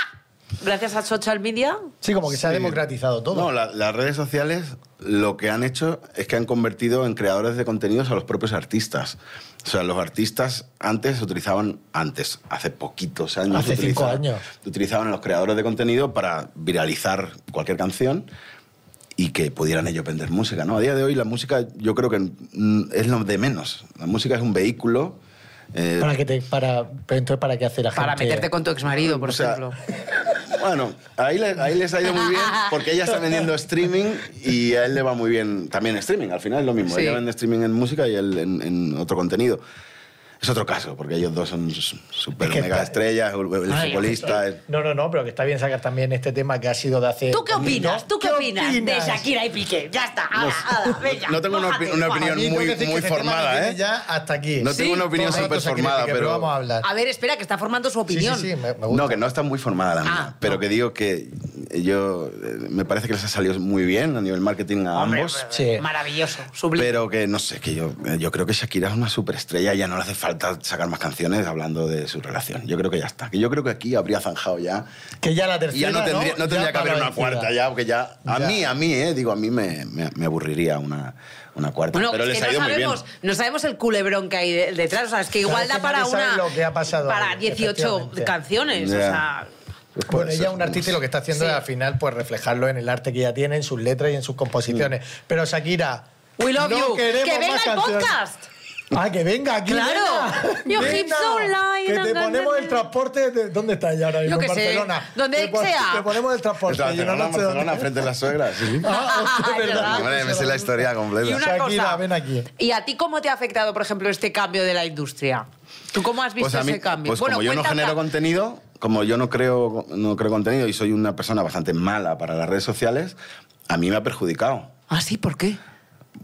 Speaker 2: Gracias a social media.
Speaker 3: Sí, como que se ha
Speaker 4: Sí.
Speaker 3: democratizado todo.
Speaker 4: No, la- las redes sociales lo que han hecho es que han convertido en creadores de contenidos a los propios artistas. O sea, los artistas antes utilizaban, antes, hace poquitos años.
Speaker 3: Hace cinco
Speaker 4: utilizaban-
Speaker 3: años.
Speaker 4: Utilizaban a los creadores de contenido para viralizar cualquier canción y que pudieran ellos vender música. ¿no? A día de hoy la música yo creo que mm, es lo de menos. La música es un vehículo. eh,
Speaker 3: Para que te, para, pero entonces, ¿para qué hace la
Speaker 2: Para
Speaker 3: gente?
Speaker 2: meterte con tu exmarido, por
Speaker 4: o sea,
Speaker 2: ejemplo.
Speaker 4: Bueno, ahí, le- ahí les ha ido muy bien porque ella está vendiendo streaming y a él le va muy bien también streaming. Al final es lo mismo.
Speaker 2: Sí.
Speaker 4: Ella vende streaming en música y él en, en otro contenido. Es otro caso, porque ellos dos son s- súper
Speaker 3: Es que
Speaker 4: mega
Speaker 3: está-
Speaker 4: estrellas, el, el
Speaker 2: Ay,
Speaker 4: futbolista. el-
Speaker 3: No, no, no, pero que está bien sacar también este tema que ha sido de
Speaker 4: eh,
Speaker 3: hace...
Speaker 2: ¿Tú qué opinas? ¿Tú qué
Speaker 3: ¿Qué
Speaker 2: opinas,
Speaker 3: opinas?
Speaker 2: de Shakira y Piqué? Ya está,
Speaker 4: No
Speaker 2: ala,
Speaker 4: sé.
Speaker 2: ala, venga,
Speaker 4: No tengo una opi-
Speaker 2: mójate,
Speaker 4: una
Speaker 2: guau.
Speaker 3: Para
Speaker 4: opinión
Speaker 3: mí tengo
Speaker 4: muy-
Speaker 3: que decir que
Speaker 4: muy
Speaker 3: este tema me
Speaker 4: formada,
Speaker 3: tiene
Speaker 4: ¿eh?
Speaker 3: Ya hasta aquí.
Speaker 4: No
Speaker 3: Sí,
Speaker 4: tengo una opinión
Speaker 3: todo el
Speaker 4: súper
Speaker 3: rato se critica,
Speaker 4: formada, pero...
Speaker 3: vamos a hablar.
Speaker 2: A ver, espera, que está formando su
Speaker 3: Sí, sí,
Speaker 2: opinión.
Speaker 3: sí, me, me gusta.
Speaker 4: No, que no está muy formada la mía,
Speaker 2: Ah,
Speaker 4: pero que digo que yo eh, me parece que les ha salido muy bien a nivel marketing a
Speaker 2: Hombre,
Speaker 4: ambos.
Speaker 3: Sí.
Speaker 2: Maravilloso, sublime.
Speaker 4: Pero que no sé, que yo, eh, yo creo que Shakira es una superestrella, ya no le hace falta sacar más canciones hablando de su relación. Yo creo que ya está. Que yo creo que aquí habría zanjado ya.
Speaker 3: Que ya la
Speaker 4: Y
Speaker 3: tercera,
Speaker 4: ya no tendría, no tendría
Speaker 3: Ya
Speaker 4: que haber
Speaker 3: para
Speaker 4: una
Speaker 3: la
Speaker 4: cuarta
Speaker 3: tercera.
Speaker 4: ya, porque ya. A
Speaker 3: Ya.
Speaker 4: mí, a mí, eh, digo, a mí me, me- me aburriría una, una cuarta.
Speaker 2: Bueno,
Speaker 4: pero
Speaker 2: es
Speaker 4: les
Speaker 2: que
Speaker 4: ha ido
Speaker 2: no
Speaker 4: muy bien.
Speaker 2: sabemos, no sabemos el culebrón que hay de- detrás. O sea, es que
Speaker 3: Claro,
Speaker 2: igual
Speaker 3: es
Speaker 2: da
Speaker 3: que
Speaker 2: para
Speaker 3: nadie sabe
Speaker 2: una.
Speaker 3: lo que ha pasado
Speaker 2: Para
Speaker 3: ahí,
Speaker 2: 18
Speaker 3: efectivamente.
Speaker 2: canciones. O
Speaker 4: Ya.
Speaker 2: sea.
Speaker 4: Pues puede
Speaker 3: Bueno,
Speaker 4: ser,
Speaker 3: ella un artista y lo que está haciendo
Speaker 2: Sí.
Speaker 3: es al final pues reflejarlo en el arte que ella tiene, en sus letras y en sus composiciones.
Speaker 4: Mm.
Speaker 3: Pero Shakira,
Speaker 2: We love
Speaker 3: no
Speaker 2: you.
Speaker 3: queremos
Speaker 2: Que venga
Speaker 3: más
Speaker 2: el
Speaker 3: canciones.
Speaker 2: podcast.
Speaker 3: Ah, que venga aquí.
Speaker 2: Claro.
Speaker 3: nena.
Speaker 2: Yo
Speaker 3: Nena,
Speaker 2: hips online,
Speaker 3: Que te
Speaker 2: na, na,
Speaker 3: ponemos
Speaker 2: na,
Speaker 3: el
Speaker 2: na.
Speaker 3: transporte. de- ¿Dónde está ella ahora mismo?
Speaker 2: que
Speaker 3: en
Speaker 2: sé,
Speaker 3: Barcelona.
Speaker 2: donde
Speaker 3: Te pon-
Speaker 2: sea.
Speaker 3: Te ponemos el
Speaker 4: Por
Speaker 3: transporte. yo
Speaker 4: Barcelona,
Speaker 3: no sé dónde-
Speaker 4: Barcelona, frente a la suegra. sí.
Speaker 3: Ah, hostia,
Speaker 2: Es
Speaker 3: verdad.
Speaker 2: verdad.
Speaker 4: Hombre, me sé la historia completa.
Speaker 2: Y una
Speaker 3: Shakira,
Speaker 2: cosa.
Speaker 3: ven aquí.
Speaker 2: ¿Y a ti cómo te ha afectado, por ejemplo, este cambio de la industria? ¿Tú cómo has visto
Speaker 4: Pues a mí,
Speaker 2: ese cambio?
Speaker 4: pues como yo no
Speaker 2: cuéntame-
Speaker 4: genero contenido, como yo no creo, no creo contenido y soy una persona bastante mala para las redes sociales, a mí me ha perjudicado.
Speaker 2: Ah, sí, ¿por qué?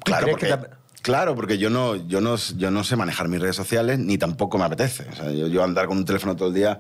Speaker 4: Claro,
Speaker 3: crees que
Speaker 4: porque, claro, porque yo no, yo, no, yo no sé manejar mis redes sociales ni tampoco me apetece. O sea, yo, yo andar con un teléfono todo el día.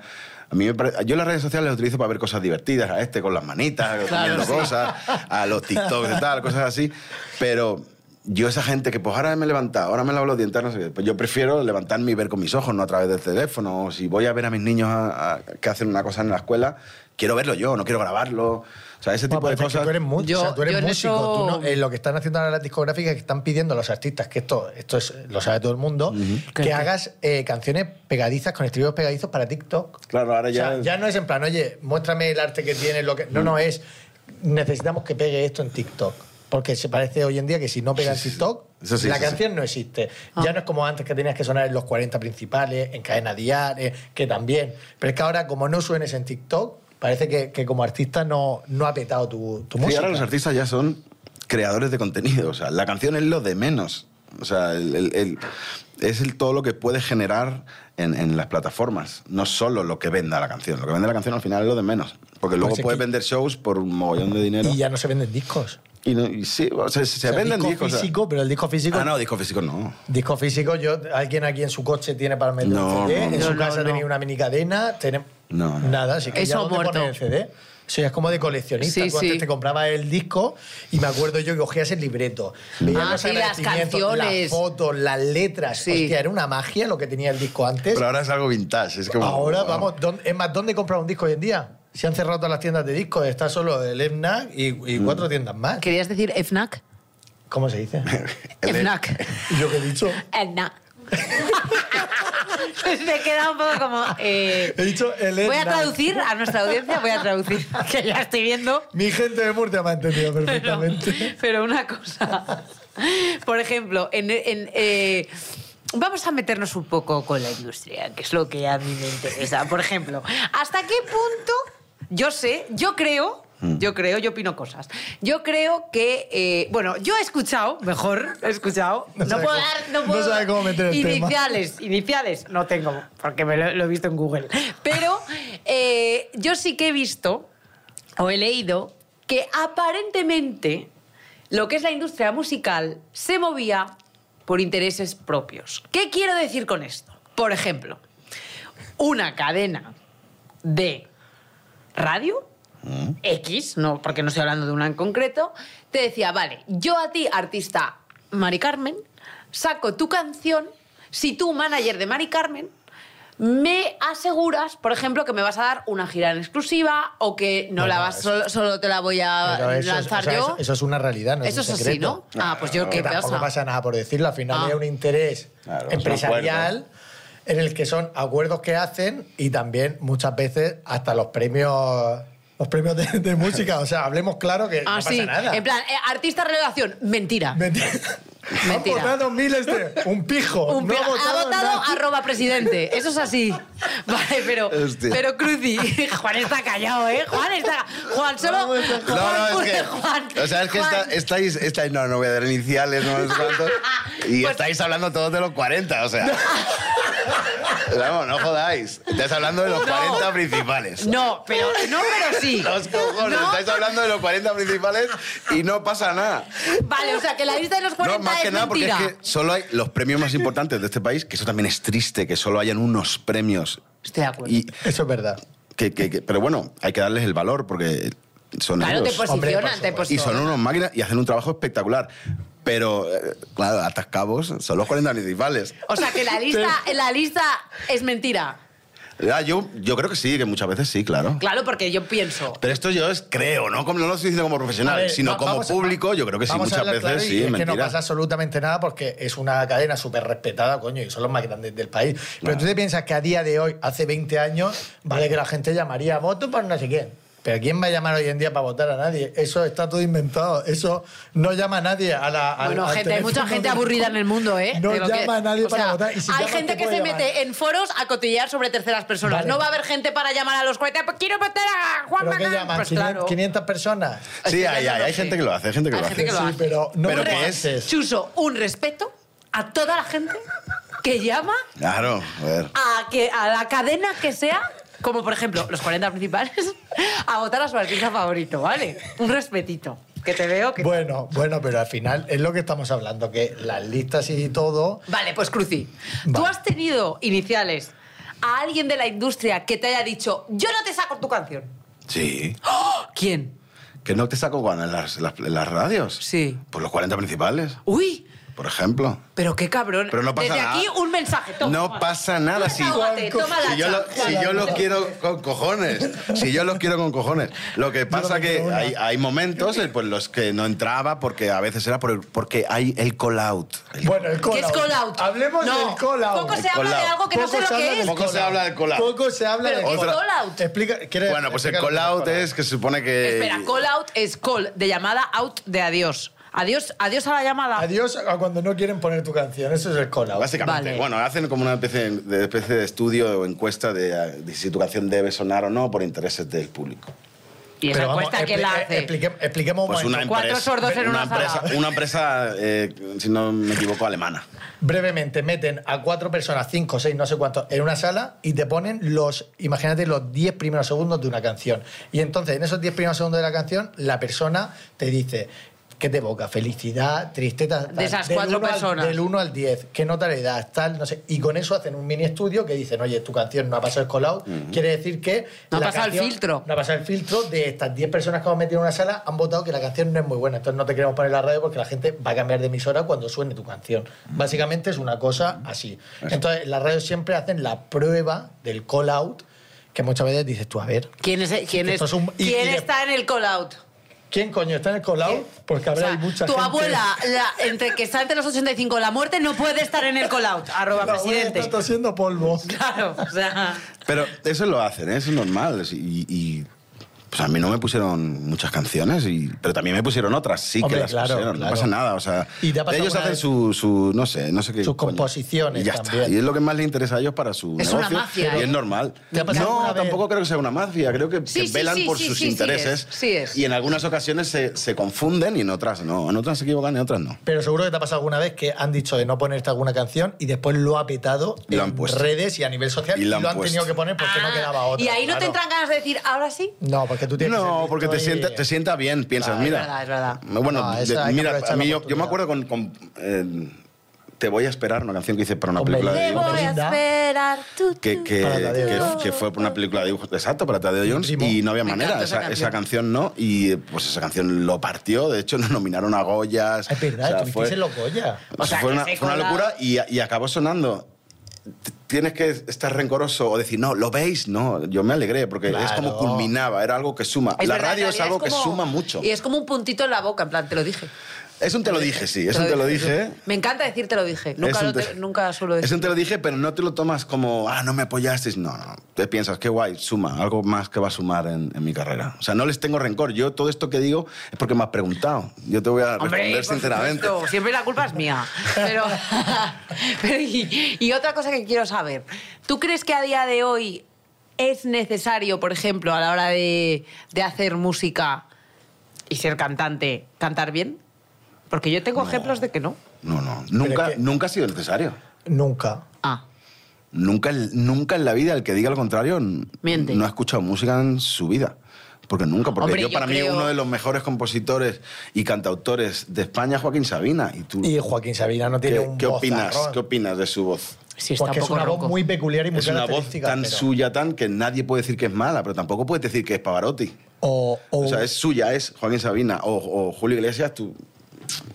Speaker 4: A mí me pare- Yo las redes sociales las utilizo para ver cosas divertidas, a este con las manitas, comiendo cosas, a los TikToks y tal, cosas así. Pero yo, esa gente que, pues ahora me he levantado, ahora me lavo los dientes, no sé qué, pues yo prefiero levantarme y ver con mis ojos, no a través del teléfono. O si voy a ver a mis niños a- a- que hacen una cosa en la escuela, quiero verlo yo, no quiero grabarlo. O sea, ese
Speaker 3: No,
Speaker 4: tipo
Speaker 3: pero
Speaker 4: de
Speaker 3: es que
Speaker 4: cosas.
Speaker 3: Tú eres, mu-
Speaker 2: Yo-
Speaker 3: o sea, tú eres
Speaker 2: yo en
Speaker 3: músico.
Speaker 2: eso-
Speaker 3: tú no- eh, lo que están haciendo ahora las discográficas es que están pidiendo a los artistas, que esto, esto es, lo sabe todo el mundo, que
Speaker 2: Que-
Speaker 3: hagas eh, canciones pegadizas, con estribillos pegadizos para TikTok.
Speaker 4: Claro, ahora
Speaker 3: O
Speaker 4: ya.
Speaker 3: sea, ya no es en plan, oye, muéstrame el arte que tienes, lo que. No, no, es necesitamos que pegue esto en TikTok. Porque se parece hoy en día que si no pega en TikTok,
Speaker 4: Eso sí,
Speaker 3: la
Speaker 4: eso
Speaker 3: canción no existe. Ya no es como antes que tenías que sonar en los 40 principales, en cadena diaria, que también. Pero es que ahora, como no suenes en TikTok, parece que, que como artista no, no ha petado tu, tu
Speaker 4: Sí,
Speaker 3: música.
Speaker 4: ahora los artistas ya son creadores de contenido. O sea, la canción es lo de menos. O sea, el- el- el- es el, todo lo que puede generar en, en las plataformas. No solo lo que venda la canción. Lo que vende la canción al final es lo de menos. Porque luego
Speaker 3: Pues es
Speaker 4: puedes
Speaker 3: que-
Speaker 4: vender shows por un mogollón de dinero.
Speaker 3: Y
Speaker 4: Y,
Speaker 3: ya no se venden discos.
Speaker 4: no- y sí, o sea, se, se
Speaker 3: O sea,
Speaker 4: venden
Speaker 3: disco
Speaker 4: discos. o sea-
Speaker 3: físico, pero el disco físico.
Speaker 4: ah, no, disco físico no.
Speaker 3: Disco físico, yo, alguien aquí en su coche tiene para meter
Speaker 4: No,
Speaker 3: un CD,
Speaker 4: no,
Speaker 3: en
Speaker 4: no.
Speaker 3: su
Speaker 2: No,
Speaker 3: casa
Speaker 2: no,
Speaker 3: tenía
Speaker 2: no.
Speaker 3: una mini cadena, tenemos
Speaker 4: No, no.
Speaker 3: nada, así que
Speaker 2: Eso
Speaker 3: ya dónde
Speaker 2: muerto.
Speaker 3: poner el CD. Eso ya es como de coleccionista.
Speaker 2: Sí,
Speaker 3: Tú antes
Speaker 2: sí.
Speaker 3: te comprabas el disco y me acuerdo yo que cogías el libreto. Veías
Speaker 2: Ah,
Speaker 3: los
Speaker 2: sí, las
Speaker 3: agradecimientos,
Speaker 2: canciones.
Speaker 3: Las fotos, las letras.
Speaker 2: Sí.
Speaker 3: Hostia, era una magia lo que tenía el disco antes.
Speaker 4: Pero ahora es algo vintage. Es como,
Speaker 3: Ahora,
Speaker 4: wow.
Speaker 3: vamos, ¿dónde- es más, ¿dónde compras un disco hoy en día? Se han cerrado todas las tiendas de discos, está solo el FNAC y, y
Speaker 4: Mm.
Speaker 3: cuatro tiendas más.
Speaker 2: ¿Querías decir FNAC?
Speaker 3: ¿Cómo se dice?
Speaker 4: E
Speaker 2: FNAC.
Speaker 3: Yo que he dicho.
Speaker 2: FNAC. Me queda un poco como... eh,
Speaker 3: He dicho el
Speaker 2: voy a
Speaker 3: FNAC.
Speaker 2: traducir a nuestra audiencia, voy a traducir, que ya estoy viendo.
Speaker 3: Mi gente de Murcia me ha entendido
Speaker 2: Pero,
Speaker 3: perfectamente.
Speaker 2: pero una cosa. Por ejemplo, en, en, eh, vamos a meternos un poco con la industria, que es lo que a mí me interesa. Por ejemplo, ¿hasta qué punto yo sé, yo creo... Yo creo, yo opino cosas. Yo creo que, eh, bueno, yo he escuchado, mejor, he escuchado. No,
Speaker 3: No sabe
Speaker 2: puedo
Speaker 3: cómo-
Speaker 2: dar, no
Speaker 3: no
Speaker 2: puedo.
Speaker 3: sabe cómo meter el tema.
Speaker 2: iniciales, iniciales, no tengo, porque me lo, lo he visto en Google. Pero eh, yo sí que he visto o he leído que aparentemente lo que es la industria musical se movía por intereses propios. ¿Qué quiero decir con esto? Por ejemplo, una cadena de radio X, no, porque no estoy hablando de una en concreto, te decía, vale, yo a ti, artista Mari Carmen, saco tu canción si tú, manager de Mari Carmen, me aseguras, por ejemplo, que me vas a dar una gira en exclusiva o que no,
Speaker 3: No,
Speaker 2: la
Speaker 3: no,
Speaker 2: vas,
Speaker 3: eso-
Speaker 2: solo, solo te la voy a
Speaker 3: Pero eso, es-
Speaker 2: Ah, lanzar
Speaker 3: o sea,
Speaker 2: yo.
Speaker 3: eso- eso es una realidad, no
Speaker 2: Eso
Speaker 3: es un
Speaker 2: es así,
Speaker 3: secreto.
Speaker 2: ¿no? Ah, pues yo qué
Speaker 3: Que Tampoco
Speaker 2: pasa.
Speaker 3: pasa nada por decirlo. Al final
Speaker 2: Ah.
Speaker 3: hay un interés
Speaker 4: Claro, son
Speaker 3: empresarial en el que son acuerdos que hacen y también muchas veces hasta los premios los premios de, de música. O sea, hablemos claro que no
Speaker 2: Ah,
Speaker 3: pasa
Speaker 2: sí.
Speaker 3: nada.
Speaker 2: En plan, eh, artista revelación, mentira.
Speaker 3: Mentira.
Speaker 2: Mentira.
Speaker 3: Han votado miles de... Un pijo.
Speaker 2: Un
Speaker 3: no
Speaker 2: pe-
Speaker 3: ha votado, nadie.
Speaker 2: arroba presidente. Eso es así. Vale, pero,
Speaker 4: Hostia.
Speaker 2: pero Cruci, Juan está callado, ¿eh? Juan está. Juan solo.
Speaker 3: No, es que-
Speaker 4: No, no, es que.
Speaker 2: Juan-
Speaker 4: o sea, es que
Speaker 2: Juan-
Speaker 4: está- estáis, estáis. No, no voy a dar iniciales, no sé cuántos. Y
Speaker 2: Pues-
Speaker 4: estáis hablando todos de los 40, o sea. Vamos, no jodáis. Estáis hablando de los
Speaker 2: No.
Speaker 4: 40 principales.
Speaker 2: No, pero, no, pero sí.
Speaker 4: Los cojones,
Speaker 2: No,
Speaker 4: estáis hablando de los 40 principales y no pasa nada.
Speaker 2: Vale, o sea, que la lista de los 40
Speaker 4: No, más
Speaker 2: es
Speaker 4: que nada, porque
Speaker 2: mentira.
Speaker 4: es que solo hay los premios más importantes de este país, que eso también es triste, que solo hayan unos premios.
Speaker 2: Estoy de acuerdo.
Speaker 4: Y
Speaker 3: Eso es verdad.
Speaker 4: que, que- que- pero bueno, hay que darles el valor porque son
Speaker 2: claro, te
Speaker 4: ellos.
Speaker 3: Hombre, por
Speaker 2: posicionan, te
Speaker 3: supuesto.
Speaker 4: Y
Speaker 2: posicionan.
Speaker 4: son unos máquinas y hacen un trabajo espectacular. Pero, eh, claro, atascabos son los 40 municipales.
Speaker 2: O sea, que la lista, la lista es mentira.
Speaker 4: Ya, yo, yo creo que sí, que muchas veces sí, claro.
Speaker 2: Claro, porque yo pienso.
Speaker 4: Pero esto yo es creo, ¿no? Como, no lo estoy diciendo como
Speaker 3: A
Speaker 4: profesional,
Speaker 3: ver,
Speaker 4: sino
Speaker 3: va-
Speaker 4: como
Speaker 3: vamos a-
Speaker 4: público, yo creo que sí,
Speaker 3: vamos a
Speaker 4: muchas
Speaker 3: hablar
Speaker 4: veces
Speaker 3: claro y
Speaker 4: sí,
Speaker 3: es
Speaker 4: mentira.
Speaker 3: que no pasa absolutamente nada porque es una cadena súper respetada, coño, y son los más grandes del país. Pero
Speaker 4: Claro.
Speaker 3: tú te piensas que a día de hoy, hace 20 años, vale que la gente llamaría a voto para no sé quién. Pero ¿quién va a llamar hoy en día para votar a nadie? Eso está todo inventado. Eso no llama a nadie a la. al-
Speaker 2: Bueno,
Speaker 3: al
Speaker 2: gente, hay mucha
Speaker 3: teléfono
Speaker 2: gente
Speaker 3: del-
Speaker 2: aburrida en el mundo, ¿eh?
Speaker 3: No
Speaker 2: De lo
Speaker 3: llama
Speaker 2: que-
Speaker 3: a nadie
Speaker 2: o
Speaker 3: para
Speaker 2: sea,
Speaker 3: votar. y si
Speaker 2: hay
Speaker 3: llama,
Speaker 2: gente
Speaker 3: te
Speaker 2: que se
Speaker 3: puede llamar.
Speaker 2: mete en foros a cotillear sobre terceras personas.
Speaker 3: Vale.
Speaker 2: No va a haber gente para llamar a los 40. "Pues Quiero votar a Juan
Speaker 3: ¿Pero qué
Speaker 2: Magán".
Speaker 3: llaman?
Speaker 2: Pues
Speaker 3: ¿500-
Speaker 2: claro.
Speaker 3: 500 personas.
Speaker 2: Es que
Speaker 4: Sí, hay,
Speaker 2: ya no
Speaker 4: hay,
Speaker 2: lo
Speaker 4: hay
Speaker 2: sé.
Speaker 4: gente que lo hace, hay gente que
Speaker 2: Hay
Speaker 4: lo
Speaker 2: gente
Speaker 4: hace.
Speaker 2: que lo
Speaker 3: sí,
Speaker 2: hace.
Speaker 3: pero no
Speaker 4: Pero
Speaker 3: lo
Speaker 4: ¿qué es?
Speaker 3: haces.
Speaker 2: Chuso, un respeto a toda la gente que llama
Speaker 4: Claro, a ver.
Speaker 2: a, que, a la cadena que sea, como por ejemplo los 40 principales, a votar a su artista favorito, ¿vale? Un respetito. Que te veo que...
Speaker 3: Bueno, bueno, pero al final es lo que estamos hablando, que las listas y todo.
Speaker 2: Vale, pues Cruci, ¿tú
Speaker 3: Vale.
Speaker 2: has tenido iniciales a alguien de la industria que te haya dicho, yo no te saco tu canción? ¡Oh!
Speaker 4: Sí.
Speaker 2: ¿Quién?
Speaker 4: Que no te saco guana en las, las- en las radios.
Speaker 2: Sí.
Speaker 4: Pues los 40 principales,
Speaker 2: Uy,
Speaker 4: por ejemplo.
Speaker 2: pero qué cabrón.
Speaker 4: Pero no pasa
Speaker 2: Desde
Speaker 4: nada.
Speaker 2: aquí un mensaje. Toma,
Speaker 4: No
Speaker 2: Juan.
Speaker 4: pasa nada,
Speaker 2: Tú
Speaker 4: sí.
Speaker 2: desahógate, toma la
Speaker 4: Si yo, lo,
Speaker 2: chapa.
Speaker 4: si yo lo quiero con cojones, si yo los quiero con cojones. Lo que pasa que
Speaker 3: quiero una.
Speaker 4: hay, hay momentos en pues, los que no entraba porque a veces era por el- porque hay el call out. El-
Speaker 3: Bueno, el call
Speaker 2: ¿Qué es call out?
Speaker 3: Hablemos
Speaker 2: No,
Speaker 3: del call out.
Speaker 2: Poco se
Speaker 4: El call
Speaker 2: habla de
Speaker 4: out.
Speaker 2: algo que no sé
Speaker 3: Poco
Speaker 2: lo
Speaker 3: se habla Eh,
Speaker 2: que
Speaker 3: del
Speaker 2: es.
Speaker 4: Poco se
Speaker 3: call
Speaker 4: habla
Speaker 3: out.
Speaker 4: del call out.
Speaker 3: Poco se habla
Speaker 2: ¿Pero
Speaker 3: del
Speaker 2: qué es
Speaker 3: call out.
Speaker 2: call out?
Speaker 3: Explica, ¿quieres
Speaker 4: bueno, pues el
Speaker 3: explicar
Speaker 4: call
Speaker 3: lo que
Speaker 4: out
Speaker 3: call
Speaker 4: es que se supone que.
Speaker 2: Espera, call out es call de llamada, out de adiós. Adiós, adiós a la llamada.
Speaker 3: Adiós a cuando no quieren poner tu canción. Eso es el call out.
Speaker 4: Básicamente,
Speaker 2: Vale.
Speaker 4: bueno, hacen como una especie de, especie de estudio o encuesta de, ah, de si tu canción debe sonar o no por intereses del público.
Speaker 2: Y esa
Speaker 3: Pero vamos,
Speaker 2: encuesta que
Speaker 3: expli-
Speaker 2: la
Speaker 3: eh,
Speaker 2: hace.
Speaker 3: explique- expliquemos un
Speaker 4: Pues una
Speaker 3: momento.
Speaker 4: empresa,
Speaker 2: Cuatro sordos en una
Speaker 4: empresa,
Speaker 2: sala.
Speaker 4: una empresa eh, si no me equivoco, alemana.
Speaker 3: Brevemente, meten a cuatro personas, cinco, seis, no sé cuántos, en una sala y te ponen los, imagínate, los diez primeros segundos de una canción. Y entonces, en esos diez primeros segundos de la canción, la persona te dice. ¿Qué te evoca? Felicidad, tristeza. tal.
Speaker 2: De esas
Speaker 3: Del
Speaker 2: cuatro
Speaker 3: uno al-
Speaker 2: personas.
Speaker 3: del 1 al 10. ¿Qué nota le das? Tal, no sé. Y con eso hacen un mini estudio que dicen, oye, tu canción no ha pasado el call-out. Quiere decir que...
Speaker 2: No ha
Speaker 3: la
Speaker 2: pasado el
Speaker 3: canción-
Speaker 2: filtro.
Speaker 3: No ha pasado el filtro de estas 10 personas que hemos metido en una sala, han votado que la canción no es muy buena. Entonces no te queremos poner en la radio porque la gente va a cambiar de emisora cuando suene tu canción. Básicamente es una cosa así. Entonces las radios siempre hacen la prueba del call-out que muchas veces dices tú, a ver,
Speaker 2: ¿Quién, es, quién, es,
Speaker 3: Esto es un- y-
Speaker 2: ¿quién
Speaker 3: y de-
Speaker 2: está en el call out?
Speaker 3: ¿quién coño está en el colado? Porque
Speaker 2: O
Speaker 3: habrá
Speaker 2: sea,
Speaker 3: hay mucha
Speaker 2: tu
Speaker 3: gente-
Speaker 2: abuela, la- entre que está entre los 85 y la muerte, no puede estar en el call out.
Speaker 3: La
Speaker 2: Arroba
Speaker 3: abuela
Speaker 2: presidente.
Speaker 3: está tosiendo polvo.
Speaker 2: Claro, o sea.
Speaker 4: Pero eso lo hacen, ¿eh? eso es normal. es- Y, y, pues a mí no me pusieron muchas canciones, y, pero también me pusieron otras, sí
Speaker 3: Hombre,
Speaker 4: que las
Speaker 3: claro,
Speaker 4: pusieron.
Speaker 3: claro.
Speaker 4: No pasa nada, o sea,
Speaker 3: ¿Y te ha pasado
Speaker 4: ellos
Speaker 3: alguna
Speaker 4: hacen
Speaker 3: vez?
Speaker 4: su, su- no sé, no sé qué.
Speaker 3: Sus
Speaker 4: coño.
Speaker 3: composiciones
Speaker 4: Y ya está.
Speaker 3: también.
Speaker 4: Y es lo que más les interesa a ellos para su
Speaker 2: Es una
Speaker 4: negocio.
Speaker 2: mafia,
Speaker 4: Y
Speaker 2: ¿eh?
Speaker 4: es normal.
Speaker 3: ¿Te ha pasado alguna
Speaker 4: No,
Speaker 3: vez?
Speaker 4: tampoco creo que sea una mafia. Creo que,
Speaker 2: Sí,
Speaker 4: que
Speaker 2: sí,
Speaker 4: velan
Speaker 2: sí,
Speaker 4: por
Speaker 2: sí,
Speaker 4: sus
Speaker 2: sí, sí
Speaker 4: intereses.
Speaker 2: es, sí es.
Speaker 4: Y en algunas ocasiones se, se confunden y en otras no. En otras se equivocan y en otras no.
Speaker 3: Pero seguro que te ha pasado alguna vez que han dicho de no ponerte alguna canción y después lo ha petado
Speaker 4: Lo han
Speaker 3: en
Speaker 4: puesto.
Speaker 3: redes y a nivel social
Speaker 4: Y
Speaker 3: y
Speaker 4: lo
Speaker 3: lo
Speaker 4: han
Speaker 3: han tenido
Speaker 4: puesto.
Speaker 3: que poner porque
Speaker 2: Ah,
Speaker 3: no quedaba otra.
Speaker 2: Y ahí no te
Speaker 3: claro.
Speaker 2: entran ganas de decir, ahora sí.
Speaker 3: No, porque tú tienes que ser
Speaker 4: No,
Speaker 3: listo
Speaker 4: porque te
Speaker 3: y-
Speaker 4: sienta, te sienta bien, piensas,
Speaker 2: Claro, es
Speaker 4: mira.
Speaker 2: verdad, es verdad.
Speaker 4: Bueno,
Speaker 3: No,
Speaker 4: de-
Speaker 3: eso hay que
Speaker 4: mira,
Speaker 3: aprovechar
Speaker 4: a mí
Speaker 3: la
Speaker 4: yo, yo me acuerdo con. con, eh, te voy a esperar, una canción que hice para una
Speaker 3: Hombre,
Speaker 4: película de
Speaker 2: Te
Speaker 3: Te
Speaker 2: voy
Speaker 3: voy
Speaker 2: a
Speaker 3: a Linda.
Speaker 2: esperar.
Speaker 4: que, que,
Speaker 3: Para Tadeo
Speaker 4: que-
Speaker 3: Jones.
Speaker 4: que fue por una película de dibujos exacto para Tadeo Jones
Speaker 3: primo.
Speaker 4: y no había
Speaker 2: Me
Speaker 4: manera
Speaker 2: encanta esa
Speaker 4: esa,
Speaker 2: canción.
Speaker 4: esa canción no y eh, pues esa canción lo partió de hecho nos nominaron a Goyas
Speaker 3: Es verdad,
Speaker 4: o sea,
Speaker 3: estuvisteis en los Goya.
Speaker 2: O sea,
Speaker 4: fue,
Speaker 2: que
Speaker 4: una,
Speaker 2: se
Speaker 4: fue una
Speaker 2: colaba.
Speaker 4: locura y, y acabó sonando T- tienes que estar rencoroso o decir no lo veis no yo me alegré porque es como
Speaker 3: Claro.
Speaker 4: culminaba era algo que suma
Speaker 2: Es verdad,
Speaker 4: la
Speaker 2: en
Speaker 4: radio es
Speaker 2: realidad
Speaker 4: algo que
Speaker 2: como-
Speaker 4: suma mucho
Speaker 2: Y es como un puntito en la boca, en plan, te lo dije.
Speaker 4: es un te lo dije sí es un te lo dije
Speaker 2: Me encanta decir te lo dije. Nunca,
Speaker 4: Es un
Speaker 2: lo
Speaker 4: te-
Speaker 2: te- nunca suelo
Speaker 4: Es
Speaker 2: decir.
Speaker 4: un te lo dije, pero no te lo tomas como, ah, no me apoyasteis. No, no. Te piensas, qué guay, suma, algo más que va a sumar en, en mi carrera. O sea, no les tengo rencor. Yo todo esto que digo es porque me has preguntado. Yo te voy a responder
Speaker 2: por
Speaker 4: sinceramente.
Speaker 2: supuesto, siempre la culpa es mía. Pero, pero y, y otra cosa que quiero saber. ¿Tú crees que a día de hoy es necesario, por ejemplo, a la hora de, de hacer música y ser cantante, cantar bien? Porque yo tengo ejemplos de que no.
Speaker 4: No, no. Nunca,
Speaker 3: es que-
Speaker 4: nunca ha sido necesario.
Speaker 3: Nunca.
Speaker 2: Ah,
Speaker 4: Nunca, nunca en la vida el que diga lo contrario n-
Speaker 2: Miente.
Speaker 4: no ha escuchado música en su vida. Porque nunca, porque
Speaker 2: Hombre,
Speaker 4: yo,
Speaker 2: yo
Speaker 4: para mí
Speaker 2: creo-
Speaker 4: uno de los mejores compositores y cantautores de España es Joaquín Sabina. ¿Y tú
Speaker 3: Y Joaquín Sabina no tiene
Speaker 4: ¿qué,
Speaker 3: un
Speaker 4: qué opinas?
Speaker 3: vozarrón.
Speaker 4: ¿Qué opinas de su voz?
Speaker 2: sí, está
Speaker 3: Porque
Speaker 2: un
Speaker 3: es
Speaker 2: poco
Speaker 3: una
Speaker 2: ronco.
Speaker 3: voz muy peculiar y muy
Speaker 4: Es una voz
Speaker 3: característica,
Speaker 4: tan
Speaker 3: pero-
Speaker 4: suya, tan que nadie puede decir que es mala, pero tampoco puedes decir que es Pavarotti.
Speaker 3: O, o-
Speaker 4: O sea, es suya, es Joaquín Sabina o, o Julio Iglesias. Tú,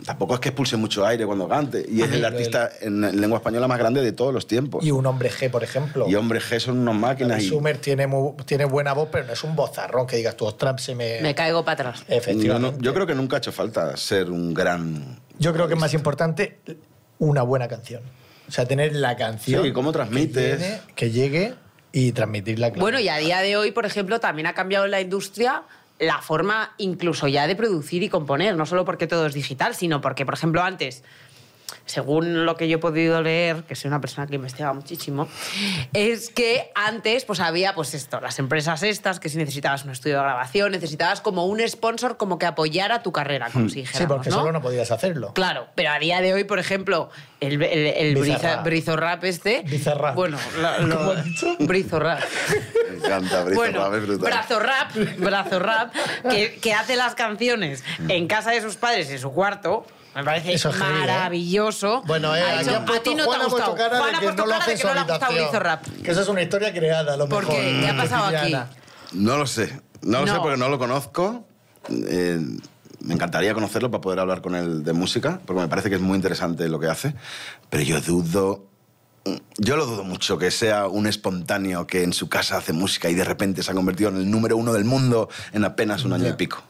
Speaker 4: tampoco es que expulse mucho aire cuando cante. Y es el artista en lengua española más grande de todos los tiempos.
Speaker 3: Y un hombre G, por ejemplo.
Speaker 4: Y hombre, G son unas máquinas.
Speaker 3: David
Speaker 4: y-
Speaker 3: Sumer tiene, mu- tiene buena voz, pero no es un vozarrón que digas tú, ostras, se me...
Speaker 2: Me caigo para atrás.
Speaker 4: yo,
Speaker 3: Efectivamente.
Speaker 4: no- yo creo que nunca ha hecho falta ser un gran...
Speaker 3: Yo creo que es más importante una buena canción. O sea, tener la canción.
Speaker 4: Sí, cómo transmites.
Speaker 3: Que llegue, que llegue y transmitirla. claro.
Speaker 2: Bueno, y a día de hoy, por ejemplo, también ha cambiado en la industria la forma incluso ya de producir y componer, no solo porque todo es digital, sino porque, por ejemplo, antes, según lo que yo he podido leer, que soy una persona que investiga muchísimo, es que antes pues había pues esto, las empresas estas, que si necesitabas un estudio de grabación, necesitabas como un sponsor como que apoyara tu carrera, como si
Speaker 3: Hmm. Sí,
Speaker 2: dijéramos,
Speaker 3: porque
Speaker 2: ¿no?
Speaker 3: solo no podías hacerlo.
Speaker 2: Claro, pero a día de hoy, por ejemplo, el, el, el
Speaker 3: Bizarrap.
Speaker 2: briza- brizorrap este...
Speaker 3: Bizarrap.
Speaker 2: Bueno, la- lo-
Speaker 3: ¿Cómo has dicho?
Speaker 2: Brizorrap
Speaker 4: Me encanta, Brito,
Speaker 2: bueno,
Speaker 4: Rabe, es brutal.
Speaker 2: brazo rap, brazo rap, que, que hace las canciones
Speaker 4: Mm.
Speaker 2: en casa de sus padres, en su cuarto. Me parece
Speaker 3: Eso es heavy, ¿eh?
Speaker 2: maravilloso.
Speaker 3: Bueno, eh,
Speaker 2: Ha
Speaker 3: aquí
Speaker 2: dicho,
Speaker 3: han puesto
Speaker 2: a ti no
Speaker 3: Juan
Speaker 2: te ha
Speaker 3: ha puesto
Speaker 2: gustado.
Speaker 3: cara
Speaker 2: Juan
Speaker 3: de
Speaker 2: ha
Speaker 3: que
Speaker 2: puesto
Speaker 3: no le
Speaker 2: cara
Speaker 3: hace
Speaker 2: de que no le ha gustado
Speaker 3: habitación.
Speaker 2: Brizo Rap.
Speaker 3: Que esa es una historia creada, a lo
Speaker 2: ¿Por
Speaker 3: mejor.
Speaker 2: qué? ¿Qué ha pasado aquí?
Speaker 3: Cristiana.
Speaker 4: No lo sé. No lo
Speaker 2: No.
Speaker 4: sé porque no lo conozco. Eh, me encantaría conocerlo para poder hablar con él de música, porque me parece que es muy interesante lo que hace. Pero yo dudo. mm, Yo lo dudo mucho que sea un espontáneo que en su casa hace música y de repente se ha convertido en el número uno del mundo en apenas un año y pico.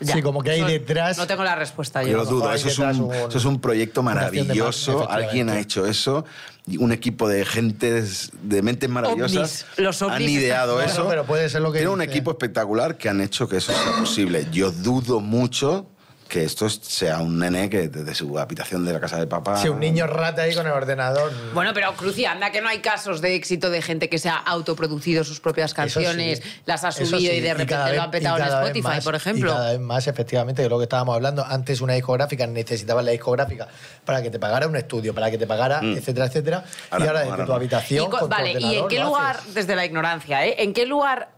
Speaker 3: Sí, como que hay
Speaker 2: No-
Speaker 3: detrás-
Speaker 2: No tengo la respuesta
Speaker 4: Yo
Speaker 2: yo.
Speaker 4: lo dudo.
Speaker 3: hay
Speaker 4: Eso es,
Speaker 3: detrás
Speaker 4: un,
Speaker 3: un-
Speaker 4: eso es un proyecto
Speaker 3: una acción de
Speaker 4: maravilloso.
Speaker 3: marketing,
Speaker 4: Alguien ha
Speaker 3: efectivamente.
Speaker 4: hecho eso. y Un equipo de gentes, de mentes maravillosas,
Speaker 2: Ovnis. Los ovnis
Speaker 4: han ideado
Speaker 3: están-
Speaker 4: eso.
Speaker 3: Bueno, pero puede ser lo que
Speaker 4: Tiene un
Speaker 3: dice.
Speaker 4: equipo espectacular que han hecho que eso sea posible. Yo dudo mucho que esto sea un nene que desde su habitación de la casa de papá.
Speaker 3: Si un niño rata ahí con el ordenador.
Speaker 2: Bueno, pero Cruci, anda que no hay casos de éxito de gente que se ha autoproducido sus propias canciones,
Speaker 3: sí,
Speaker 2: las ha
Speaker 3: eso
Speaker 2: subido
Speaker 3: sí,
Speaker 2: y de repente
Speaker 3: cada
Speaker 2: lo
Speaker 3: vez-
Speaker 2: han petado
Speaker 3: y
Speaker 2: en
Speaker 3: cada vez
Speaker 2: Spotify,
Speaker 3: más,
Speaker 2: por ejemplo.
Speaker 3: Y cada vez más, efectivamente, de lo que estábamos hablando. Antes una discográfica necesitaba la discográfica para que te pagara un estudio, para que te pagara, etcétera, etcétera.
Speaker 4: Mm.
Speaker 3: y
Speaker 4: Ahora no,
Speaker 3: ahora desde
Speaker 4: ahora
Speaker 3: tu
Speaker 4: no.
Speaker 3: habitación.
Speaker 2: Y co-
Speaker 3: con tu
Speaker 2: vale, ¿y en
Speaker 3: ordenador
Speaker 2: qué
Speaker 3: lo
Speaker 2: lugar,
Speaker 3: haces.
Speaker 2: desde la ignorancia, ¿eh? en qué lugar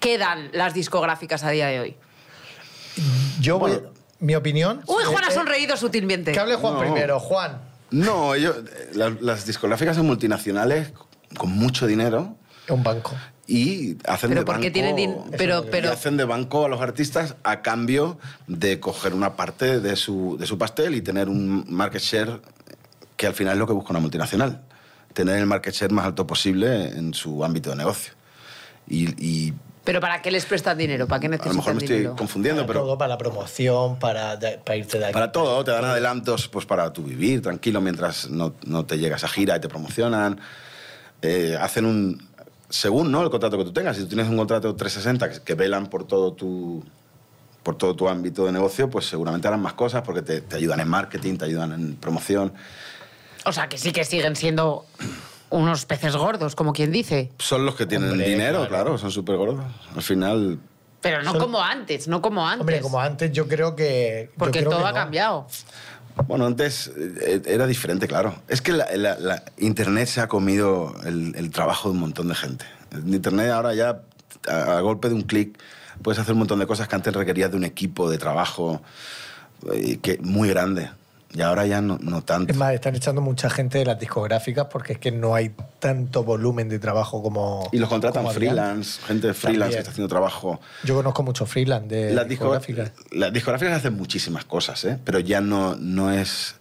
Speaker 2: quedan las discográficas a día de hoy?
Speaker 3: Yo voy.
Speaker 4: Bueno.
Speaker 3: Mi opinión.
Speaker 2: Uy,
Speaker 3: eh,
Speaker 2: Juan ha
Speaker 3: eh,
Speaker 2: sonreído sutilmente.
Speaker 3: Que hable Juan
Speaker 4: No.
Speaker 3: primero, Juan.
Speaker 4: No, ellos, eh, la- las discográficas son multinacionales con mucho dinero
Speaker 3: Un banco.
Speaker 4: y hacen
Speaker 2: Pero
Speaker 4: de
Speaker 2: porque
Speaker 4: banco.
Speaker 2: tienen din- pero-
Speaker 4: y
Speaker 2: pero-
Speaker 4: hacen de banco a los artistas a cambio de coger una parte de su, de su pastel y tener un market share que al final es lo que busca una multinacional. Tener el market share más alto posible en su ámbito de negocio. Y, y
Speaker 2: ¿Pero para qué les prestan dinero? ¿Para qué
Speaker 4: a lo
Speaker 2: necesitan
Speaker 4: mejor me estoy
Speaker 2: dinero?
Speaker 4: confundiendo,
Speaker 3: Para
Speaker 4: pero
Speaker 3: todo, para la promoción, para, de- para irte de aquí.
Speaker 4: Para todo, te dan adelantos pues para tu vivir tranquilo mientras no, no te llegas a gira y te promocionan. Eh, hacen un. Según ¿no? el contrato que tú tengas, si tú tienes un contrato 360 que, que velan por todo tu por todo tu ámbito de negocio, pues seguramente harán más cosas porque te, te ayudan en marketing, te ayudan en promoción.
Speaker 2: O sea, que sí que siguen siendo unos peces gordos, como quien dice.
Speaker 4: Son los que tienen
Speaker 3: Hombre,
Speaker 4: dinero,
Speaker 3: claro.
Speaker 4: claro, son súper gordos. Al final,
Speaker 2: Pero no
Speaker 3: Son-
Speaker 2: como antes, no como antes.
Speaker 3: Hombre, como antes, yo creo que. yo
Speaker 2: porque
Speaker 3: creo
Speaker 2: todo
Speaker 3: que
Speaker 2: ha
Speaker 3: no.
Speaker 2: cambiado.
Speaker 4: Bueno, antes eh, era diferente, claro. Es que la, la- la Internet se ha comido el, el trabajo de un montón de gente. En Internet ahora ya, a, a golpe de un clic, puedes hacer un montón de cosas que antes requerías de un equipo de trabajo eh, que, muy grande. Y ahora ya no, no tanto.
Speaker 3: Es más, están echando mucha gente de las discográficas porque es que no hay tanto volumen de trabajo como.
Speaker 4: Y los contratan
Speaker 3: como había antes.
Speaker 4: freelance, gente freelance
Speaker 3: También.
Speaker 4: que está haciendo trabajo.
Speaker 3: Yo conozco mucho freelance de
Speaker 4: Las, disco-
Speaker 3: eh, discográficas.
Speaker 4: las discográficas hacen muchísimas cosas, ¿eh? pero ya no, no es,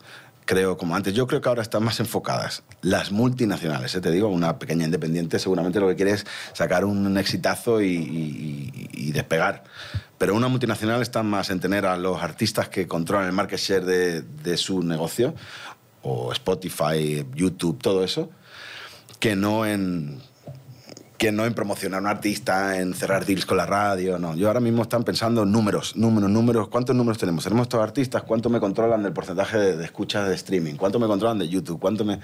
Speaker 4: creo, como antes. Yo creo que ahora están más enfocadas. Las multinacionales, ¿eh? te digo, una pequeña independiente seguramente lo que quiere es sacar un exitazo y, y- y- y despegar. Pero una multinacional está más en tener a los artistas que controlan el market share de, de su negocio, o Spotify, YouTube, todo eso, que no en que no en promocionar a un artista, en cerrar deals con la radio, no. Yo ahora mismo están pensando números, números, números. ¿Cuántos números tenemos? ¿Tenemos estos artistas? ¿Cuánto me controlan del porcentaje de, de escuchas de streaming? ¿Cuánto me controlan de YouTube? ¿Cuánto me...?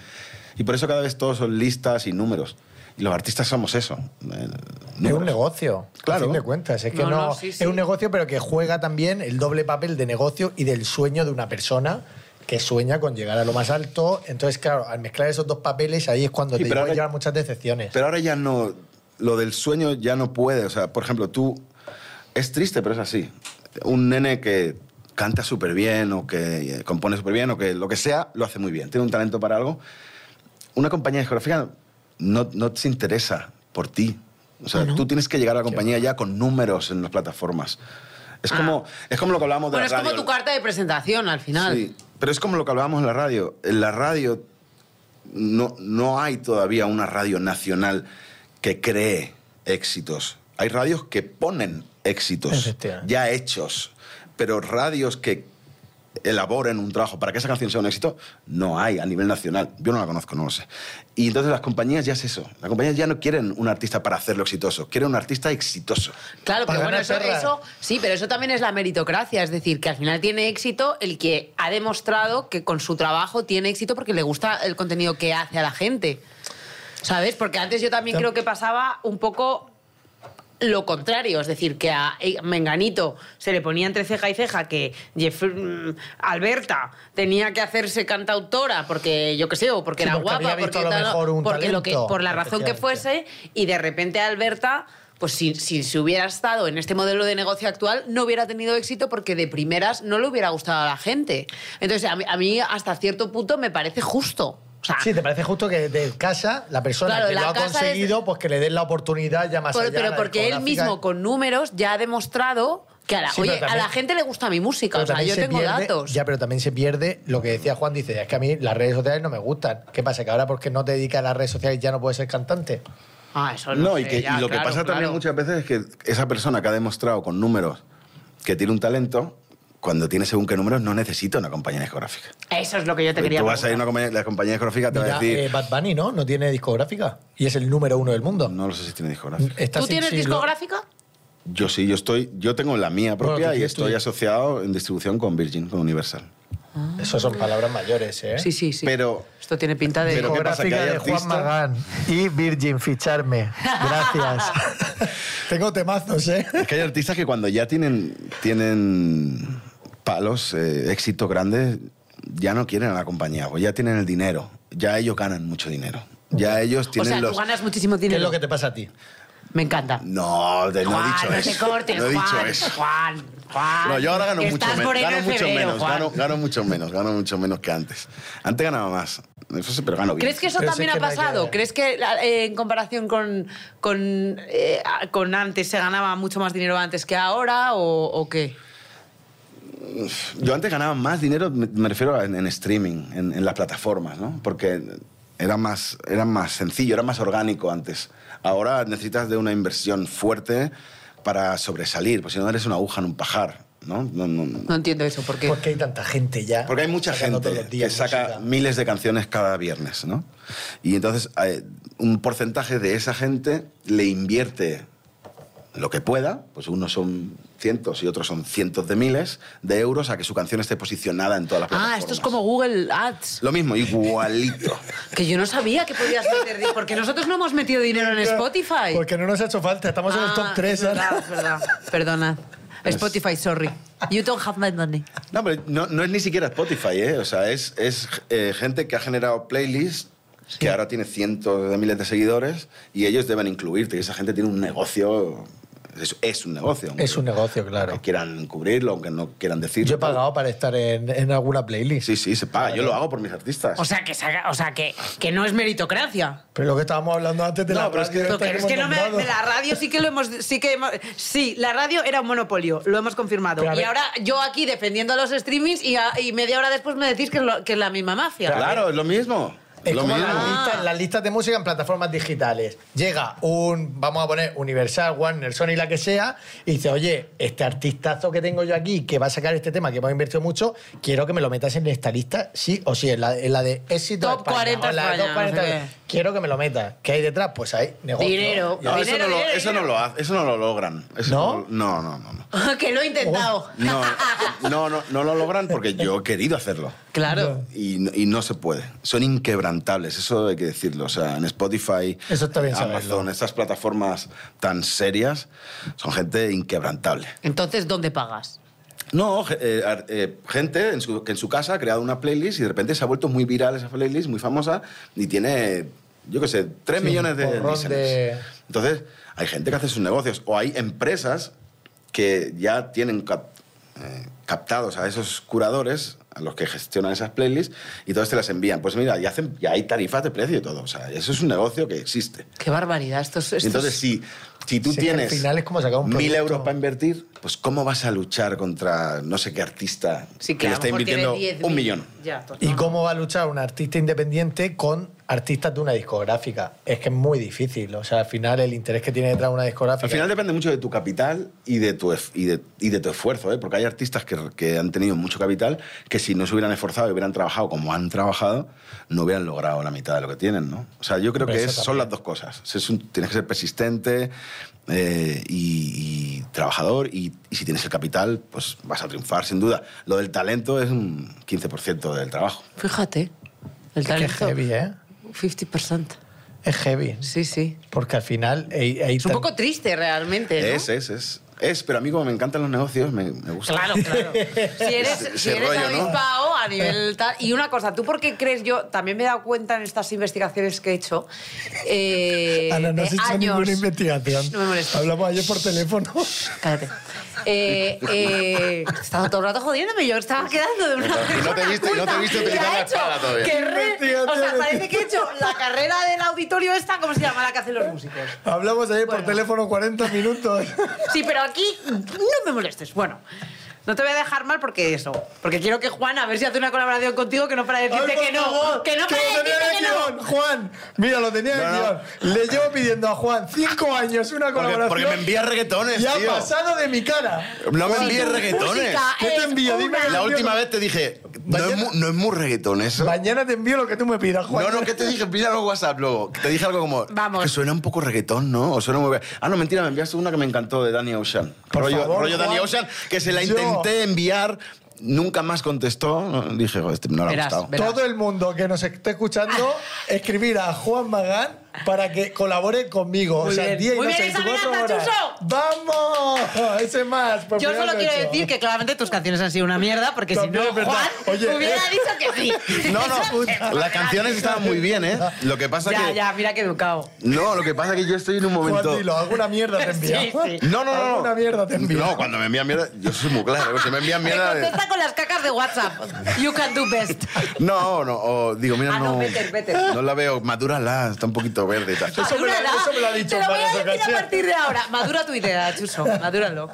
Speaker 4: Y por eso cada vez todos son listas y números. Y los artistas somos eso. eh,
Speaker 3: Es
Speaker 4: números.
Speaker 3: un negocio, claro.
Speaker 4: Claro.
Speaker 3: fin de cuentas. Es que
Speaker 2: No,
Speaker 3: no,
Speaker 2: no, sí, sí.
Speaker 3: es un negocio, pero que juega también el doble papel de negocio y del sueño de una persona que sueña con llegar a lo más alto. Entonces, claro, al mezclar esos dos papeles, ahí es cuando
Speaker 4: Sí,
Speaker 3: te
Speaker 4: pero
Speaker 3: pueden
Speaker 4: ahora-
Speaker 3: llevar muchas decepciones.
Speaker 4: Pero ahora ya no. Lo del sueño ya no puede. O sea, por ejemplo, tú. Es triste, pero es así. Un nene que canta súper bien o que eh, compone súper bien o que lo que sea, lo hace muy bien. Tiene un talento para algo. Una compañía discográfica no, no se interesa por ti. O sea, tú tienes que llegar a la compañía ya con números en las plataformas. Es, como, es como lo que hablábamos de
Speaker 2: Ah. Bueno,
Speaker 4: la
Speaker 2: es como
Speaker 4: radio.
Speaker 2: tu carta de presentación al final.
Speaker 4: Sí, pero es como lo que hablábamos en la radio. En la radio no, no hay todavía una radio nacional que cree éxitos. Hay radios que ponen éxitos
Speaker 3: Efectivamente.
Speaker 4: ya hechos, pero radios que elaboren un trabajo para que esa canción sea un éxito, no hay a nivel nacional. Yo no la conozco, no lo sé. Y entonces las compañías ya es eso. Las compañías ya no quieren un artista para hacerlo exitoso, quieren un artista exitoso.
Speaker 2: Claro, pero
Speaker 3: Para
Speaker 2: bueno,
Speaker 3: ganar
Speaker 2: eso,
Speaker 3: perras.
Speaker 2: eso- sí, pero eso también es la meritocracia, es decir, que al final tiene éxito el que ha demostrado que con su trabajo tiene éxito porque le gusta el contenido que hace a la gente. ¿Sabes? Porque antes yo también
Speaker 3: Tam-
Speaker 2: creo que pasaba un poco lo contrario, es decir, que a eh, Menganito se le ponía entre ceja y ceja que Jeff- mm, Alberta tenía que hacerse cantautora porque yo qué sé, o porque
Speaker 3: Sí,
Speaker 2: era
Speaker 3: porque
Speaker 2: guapa,
Speaker 3: había visto
Speaker 2: porque,
Speaker 3: a lo
Speaker 2: tal,
Speaker 3: mejor un
Speaker 2: porque lo que,
Speaker 3: talento,
Speaker 2: por la razón que
Speaker 3: efectivamente.
Speaker 2: fuese fuese, ¿eh? y de repente Alberta, pues si, si se hubiera estado en este modelo de negocio actual, no hubiera tenido éxito porque de primeras no le hubiera gustado a la gente. Entonces, a mí, a mí hasta cierto punto me parece justo. O sea,
Speaker 3: Sí, te parece justo que de casa la persona
Speaker 2: Ah. Claro,
Speaker 3: que
Speaker 2: la
Speaker 3: lo ha
Speaker 2: casa
Speaker 3: conseguido, pues que le den la oportunidad ya más
Speaker 2: por-
Speaker 3: allá.
Speaker 2: pero
Speaker 3: la
Speaker 2: porque él
Speaker 3: discográfica.
Speaker 2: mismo con números ya ha demostrado que a la,
Speaker 3: Sí,
Speaker 2: oye,
Speaker 3: pero
Speaker 2: a
Speaker 3: también-
Speaker 2: la gente le gusta mi música,
Speaker 3: Pero
Speaker 2: o sea,
Speaker 3: también
Speaker 2: yo
Speaker 3: se
Speaker 2: tengo
Speaker 3: pierde-
Speaker 2: datos.
Speaker 3: Ya, pero también se pierde lo que decía Juan, dice, es que a mí las redes sociales no me gustan. ¿Qué pasa? Que ahora porque no te dedicas a las redes sociales ya no puedes ser cantante.
Speaker 2: Ah, eso no,
Speaker 4: No, y,
Speaker 2: sé,
Speaker 4: que- y
Speaker 2: ya,
Speaker 4: lo que
Speaker 2: claro,
Speaker 4: pasa también
Speaker 2: claro.
Speaker 4: muchas veces es que esa persona que ha demostrado con números que tiene un talento, cuando tiene según qué números, no necesita una compañía discográfica.
Speaker 2: Eso es lo que yo te quería
Speaker 4: Tú vas a ir a
Speaker 2: preguntar.
Speaker 4: una compañía, la compañía discográfica te va
Speaker 3: Mira,
Speaker 4: a decir,
Speaker 3: eh, Bad Bunny, ¿no? No tiene discográfica. Y es el número uno del mundo.
Speaker 4: no lo sé si tiene discográfica.
Speaker 3: Está
Speaker 2: ¿Tú
Speaker 3: sin-
Speaker 2: tienes
Speaker 3: sin lo-
Speaker 2: discográfica?
Speaker 4: Yo sí, yo estoy, yo tengo la mía propia
Speaker 3: Bueno, tú
Speaker 4: y
Speaker 3: tienes
Speaker 4: estoy
Speaker 3: tu-
Speaker 4: asociado en distribución con Virgin, con Universal.
Speaker 3: Eso son palabras mayores, ¿eh?
Speaker 2: Sí, sí, sí.
Speaker 4: Pero
Speaker 2: Esto tiene pinta de...
Speaker 4: Pero ¿qué pasa? Que
Speaker 3: Discográfica
Speaker 4: hay
Speaker 3: de Juan
Speaker 4: artistas-
Speaker 3: Magán y Virgin, ficharme. Gracias. Tengo temazos, ¿eh?
Speaker 4: es que hay artistas que cuando ya tienen, tienen palos, eh, éxito grande, ya no quieren a la compañía, pues ya tienen el dinero, ya ellos ganan mucho dinero. Ya ellos
Speaker 2: o
Speaker 4: tienen
Speaker 2: sea,
Speaker 4: los...
Speaker 2: tú ganas muchísimo
Speaker 3: ¿Qué
Speaker 2: dinero.
Speaker 3: es lo que te pasa a ti?
Speaker 2: Me encanta.
Speaker 4: No, de- no he
Speaker 2: Juan,
Speaker 4: dicho
Speaker 2: no
Speaker 4: eso.
Speaker 2: te cortes,
Speaker 4: no he
Speaker 2: Juan,
Speaker 4: dicho eso.
Speaker 2: Juan, Juan.
Speaker 4: No, yo ahora gano
Speaker 2: que
Speaker 4: mucho,
Speaker 2: estás
Speaker 4: men-
Speaker 2: moreno
Speaker 4: gano
Speaker 2: en
Speaker 4: mucho
Speaker 2: febrero,
Speaker 4: menos.
Speaker 2: Juan.
Speaker 4: Gano, gano mucho menos, gano mucho menos que antes. Antes ganaba más. Eso sí, pero gano bien.
Speaker 2: ¿Crees que eso
Speaker 3: Pero
Speaker 2: también
Speaker 3: sí que
Speaker 2: ha
Speaker 3: no hay que-
Speaker 2: pasado? ¿Crees que la- eh, en comparación con, con, eh, a- con antes se ganaba mucho más dinero antes que ahora o, o qué?
Speaker 4: Yo antes ganaba más dinero, me me refiero a- en, en streaming, en, en las plataformas, ¿no? Porque Era más, era más sencillo, era más orgánico antes. Ahora necesitas de una inversión fuerte para sobresalir, porque si no eres una aguja en un pajar, ¿no? No, no, no.
Speaker 2: No entiendo eso, porque
Speaker 4: Pues
Speaker 3: Porque hay tanta gente ya.
Speaker 4: Porque hay mucha
Speaker 3: sacando
Speaker 4: gente
Speaker 3: todos los días
Speaker 4: que saca
Speaker 3: música.
Speaker 4: miles de canciones cada viernes, ¿no? Y entonces eh, un porcentaje de esa gente le invierte lo que pueda, pues unos son cientos y otros son cientos de miles de euros a que su canción esté posicionada en todas las
Speaker 2: Ah,
Speaker 4: plataformas.
Speaker 2: esto es como Google Ads.
Speaker 4: Lo mismo, igualito.
Speaker 2: Que yo no sabía que podías meter... di- Porque nosotros no hemos metido dinero en Spotify.
Speaker 3: Porque no nos ha hecho falta, estamos en el
Speaker 2: Ah,
Speaker 3: top 3.
Speaker 2: es verdad, es verdad. Perdona.
Speaker 4: Pues
Speaker 2: Spotify, sorry. You don't have my money.
Speaker 4: No, pero no, no es ni siquiera Spotify, ¿eh? O sea, es, es eh, gente que ha generado playlists que ahora tiene cientos de miles de seguidores y ellos deben incluirte. Y esa gente tiene un negocio... Es, es un negocio. aunque-
Speaker 3: Es un negocio, claro.
Speaker 4: Aunque quieran cubrirlo, aunque no quieran decirlo.
Speaker 3: Yo he pagado para estar en, en alguna playlist.
Speaker 4: Sí, sí, se paga. Yo lo hago por mis artistas.
Speaker 2: O sea, que, saca- o sea que, que no es meritocracia.
Speaker 3: Pero lo que estábamos hablando antes de
Speaker 4: No,
Speaker 3: la
Speaker 4: pero es que-
Speaker 3: radio,
Speaker 2: Lo que-
Speaker 3: esta
Speaker 2: es
Speaker 3: hemos
Speaker 2: que no me,
Speaker 3: nombrado.
Speaker 2: de la radio sí que lo hemos sí que hemos- sí la radio era un monopolio lo hemos confirmado
Speaker 3: Pero a
Speaker 2: y
Speaker 3: ver-
Speaker 2: ahora yo aquí defendiendo los streamings y, a- y media hora después me decís que es, lo- que es la misma mafia
Speaker 4: claro, es lo mismo.
Speaker 3: Es
Speaker 4: lo
Speaker 3: como
Speaker 4: mismo.
Speaker 3: las listas, las listas de música en plataformas digitales. Llega un, vamos a poner Universal, Warner, Sony, la que sea, y dice, oye, este artistazo que tengo yo aquí, que va a sacar este tema, que me ha invertido mucho, quiero que me lo metas en esta lista, sí o sí, en la, en la de éxito
Speaker 2: Top
Speaker 3: España,
Speaker 2: 40
Speaker 3: o la de
Speaker 2: España,
Speaker 3: top 40
Speaker 2: no sé qué.
Speaker 3: Quiero que me lo metas. ¿Qué hay detrás? Pues hay negocio.
Speaker 2: Dinero.
Speaker 4: No, eso,
Speaker 2: Dinero,
Speaker 4: no lo,
Speaker 2: dinero,
Speaker 4: eso no
Speaker 2: dinero.
Speaker 4: lo ha- eso no lo logran. Eso
Speaker 3: ¿No?
Speaker 4: No, no, no. no.
Speaker 2: que lo he intentado
Speaker 4: Oh, No, no, no, no lo logran porque yo he querido hacerlo.
Speaker 2: claro
Speaker 4: Y, no- y no se puede. Son inquebrantables, eso hay que decirlo. O sea, en Spotify,
Speaker 3: Eso está bien
Speaker 4: Amazon,
Speaker 3: saberlo.
Speaker 4: estas plataformas tan serias, son gente inquebrantable.
Speaker 2: entonces dónde pagas
Speaker 4: No, ge- eh, ar- eh, gente en su, que en su casa ha creado una playlist y de repente se ha vuelto muy viral esa playlist, muy famosa, y tiene, yo qué sé, 3
Speaker 3: Sí,
Speaker 4: millones de
Speaker 3: un porrón
Speaker 4: listeners.
Speaker 3: de-
Speaker 4: Entonces, hay gente que hace sus negocios o hay empresas que ya tienen cap- eh, captados a esos curadores, a los que gestionan esas playlists, y todos te las envían. Pues mira, ya, hacen, ya hay tarifas de precio y todo. O sea, eso es un negocio que existe.
Speaker 2: qué barbaridad esto es, esto
Speaker 4: Entonces,
Speaker 2: es-
Speaker 4: si, si tú
Speaker 3: Sí, que al
Speaker 4: tienes
Speaker 3: final es como sacar un
Speaker 4: mil
Speaker 3: producto.
Speaker 4: euros para invertir, pues ¿cómo vas a luchar contra no sé qué artista
Speaker 2: sí
Speaker 4: que,
Speaker 2: a
Speaker 4: le
Speaker 2: lo
Speaker 4: está
Speaker 2: mejor tiene
Speaker 4: invirtiendo
Speaker 2: 10.000.
Speaker 4: un millón?
Speaker 2: Ya, pues
Speaker 3: ¿Y
Speaker 2: no.
Speaker 3: cómo va a luchar un artista independiente con artistas de una discográfica? Es que es muy difícil. O sea, al final el interés que tiene detrás una discográfica.
Speaker 4: Al final depende mucho de tu capital y de tu, ef- y de, y de tu esfuerzo, ¿eh? porque hay artistas que, que han tenido mucho capital que si no se hubieran esforzado y hubieran trabajado como han trabajado, no hubieran logrado la mitad de lo que tienen. ¿no? O sea, yo creo
Speaker 3: Hombre,
Speaker 4: que
Speaker 3: eso
Speaker 4: es- son
Speaker 3: también.
Speaker 4: las dos cosas. Es un- tienes que ser persistente eh, y, y trabajador y, y si tienes el capital, pues vas a triunfar sin duda. Lo del talento es un 15% del trabajo.
Speaker 2: fíjate el
Speaker 3: Es que es
Speaker 2: talento
Speaker 3: heavy, ¿eh?
Speaker 2: 50%
Speaker 3: Es heavy.
Speaker 2: sí sí
Speaker 3: Porque al final hay, hay
Speaker 2: es un
Speaker 3: tan-
Speaker 2: poco triste realmente ¿no?
Speaker 4: Es, es, es. Es, pero a mí como me encantan los negocios, me, me gusta.
Speaker 2: Pues Claro, claro. Si eres,
Speaker 4: Ese-
Speaker 2: si
Speaker 4: ese
Speaker 2: eres
Speaker 4: rollo, ¿no?
Speaker 2: avispao a nivel tal. Y una cosa, ¿tú por qué crees yo? También me he dado cuenta en estas investigaciones que he hecho. eh,
Speaker 4: Ah,
Speaker 3: Ana, no has
Speaker 2: de
Speaker 3: hecho
Speaker 2: años.
Speaker 3: ninguna investigación.
Speaker 2: Shh, No me molestes.
Speaker 3: Hablamos ayer por teléfono.
Speaker 2: Cállate. Eh, eh, he estado todo el rato jodiéndome, yo estaba quedando de una.
Speaker 4: Y no te
Speaker 2: persona
Speaker 4: viste- no te
Speaker 2: culta
Speaker 4: viste
Speaker 2: que
Speaker 4: utilizar
Speaker 2: ha
Speaker 4: la
Speaker 2: hecho
Speaker 4: espada todavía.
Speaker 2: que re- o sea,
Speaker 3: Investigaciones.
Speaker 2: parece que he hecho la carrera del auditorio esta, ¿cómo se llama la que hacen los músicos?
Speaker 3: Hablamos ayer
Speaker 2: Bueno.
Speaker 3: por teléfono 40 minutos.
Speaker 2: Sí, pero aquí no me molestes. Bueno, no te voy a dejar mal porque eso. Porque quiero que Juan, a ver si hace una colaboración contigo, que no para decirte
Speaker 3: Ay, por
Speaker 2: que no.
Speaker 3: favor,
Speaker 2: que no para
Speaker 3: lo
Speaker 2: decirte
Speaker 3: tenía en
Speaker 2: que
Speaker 3: el
Speaker 2: no.
Speaker 3: guión. Juan, mira, lo tenía en el
Speaker 4: No, no.
Speaker 3: guión. Le llevo pidiendo a Juan cinco años una
Speaker 4: Porque,
Speaker 3: colaboración.
Speaker 4: porque me envía reggaetones,
Speaker 3: y ha
Speaker 4: tío.
Speaker 3: pasado de mi cara.
Speaker 4: No me
Speaker 2: Si
Speaker 4: envíes
Speaker 2: tu
Speaker 4: reggaetones.
Speaker 2: música
Speaker 3: ¿Qué te
Speaker 2: es
Speaker 3: envío? Dime
Speaker 2: una-
Speaker 3: que
Speaker 4: La
Speaker 3: envío-
Speaker 4: última vez te dije, no es,
Speaker 3: Mañana-
Speaker 4: mu- no es muy reggaetón eso.
Speaker 3: Mañana te envío lo que tú me pidas, Juan.
Speaker 4: No, no, ¿qué te dije? Mira los WhatsApp luego. Te dije algo como.
Speaker 2: Vamos.
Speaker 4: Que suena un poco reggaetón, ¿no? O suena muy bien. Ah, no, mentira, me enviaste una que me encantó de Danny Ocean.
Speaker 3: Por
Speaker 4: rollo
Speaker 3: favor,
Speaker 4: rollo Danny
Speaker 3: Juan.
Speaker 4: Ocean, que se la
Speaker 3: Yo-
Speaker 4: intenté enviar, nunca más contestó. Dije, joder, este no le ha
Speaker 2: Verás,
Speaker 4: gustado.
Speaker 2: verás.
Speaker 3: Todo el mundo que nos esté escuchando, escribir a Juan Magán para que colabore conmigo.
Speaker 2: Muy
Speaker 3: o sea,
Speaker 2: bien.
Speaker 3: 10 y
Speaker 2: Muy
Speaker 3: noche,
Speaker 2: bien,
Speaker 3: 24
Speaker 2: Isabel,
Speaker 3: horas.
Speaker 2: anda,
Speaker 3: ¡Vamos! Ese más. por
Speaker 2: Yo
Speaker 3: primera
Speaker 2: solo quiero
Speaker 3: noche.
Speaker 2: decir que claramente tus canciones han sido una mierda, porque si
Speaker 3: También
Speaker 2: no,
Speaker 3: es verdad.
Speaker 2: Juan
Speaker 3: Oye,
Speaker 2: hubiera
Speaker 3: eh.
Speaker 2: dicho que sí.
Speaker 4: No,
Speaker 2: Eso es
Speaker 4: no, las
Speaker 2: verdad.
Speaker 4: canciones estaban muy bien, ¿eh? Lo que pasa
Speaker 2: Ya,
Speaker 4: que.
Speaker 2: ya, mira qué educado.
Speaker 4: No, lo que pasa es que yo estoy en un
Speaker 3: Juan,
Speaker 4: momento.
Speaker 3: dilo, alguna mierda te envía.
Speaker 2: Sí, sí.
Speaker 4: No, no, no.
Speaker 3: Alguna
Speaker 4: no.
Speaker 3: mierda te envía.
Speaker 4: No, cuando me envían mierda, yo soy muy claro. ¿eh? Si me envían
Speaker 2: Me
Speaker 4: mierda. de-
Speaker 2: contesta con las cacas de WhatsApp. You can do best.
Speaker 4: No, no, o digo, mira,
Speaker 2: Ah, no,
Speaker 4: no.
Speaker 2: vete, vete.
Speaker 4: No la veo, madúrala, está un poquito. pajarito verde y tal.
Speaker 3: Eso me lo-
Speaker 2: Madúrala.
Speaker 3: eso me lo ha dicho
Speaker 2: Te lo voy
Speaker 3: varias
Speaker 2: a decir
Speaker 3: ocasiones.
Speaker 2: a partir de ahora. Madura tu idea, Chuso. Madúralo.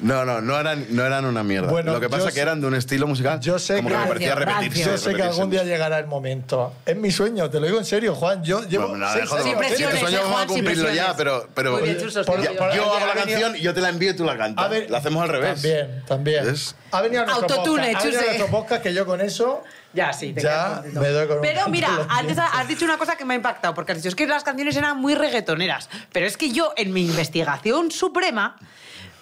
Speaker 4: No, no, no eran, no eran una mierda.
Speaker 3: Bueno,
Speaker 4: Lo que
Speaker 3: yo
Speaker 4: pasa
Speaker 3: sé-
Speaker 4: que eran de un estilo musical
Speaker 3: yo sé
Speaker 4: como
Speaker 3: que-
Speaker 4: que me parecía
Speaker 2: Rancio,
Speaker 4: repetirse.
Speaker 2: rancio.
Speaker 3: Yo sé que
Speaker 4: repetirse
Speaker 3: algún día
Speaker 4: mucho.
Speaker 3: llegará el momento. Es mi sueño, te lo digo en serio, Juan. Yo llevo
Speaker 4: Bueno, nada,
Speaker 3: seis
Speaker 4: déjalo.
Speaker 2: Sin
Speaker 3: años.
Speaker 2: presiones,
Speaker 4: Este sueño
Speaker 2: eh,
Speaker 4: vamos a
Speaker 2: Juan, sin
Speaker 4: cumplirlo ya,
Speaker 2: presiones.
Speaker 4: pero... pero
Speaker 2: Muy bien, Chuso,
Speaker 3: por-
Speaker 2: sigue.
Speaker 3: por-
Speaker 4: yo hago la
Speaker 3: Ha venido-
Speaker 4: canción y yo te la envío y tú la cantas.
Speaker 3: Ha ven-
Speaker 4: la hacemos al revés.
Speaker 3: También, también.
Speaker 4: ¿Ves?
Speaker 3: Ha venido a nuestro
Speaker 2: Autotune,
Speaker 3: podcast. Ha venido a
Speaker 2: chuse.
Speaker 3: nuestro podcast que yo con eso
Speaker 2: Ya, sí, te quedas
Speaker 3: ya
Speaker 2: contento.
Speaker 3: me doy con un
Speaker 2: Pero
Speaker 3: canto
Speaker 2: mira,
Speaker 3: en los
Speaker 2: antes
Speaker 3: dientes.
Speaker 2: has dicho una cosa que me ha impactado, porque has dicho, es que las canciones eran muy reggaetoneras. Pero es que yo, en mi investigación suprema,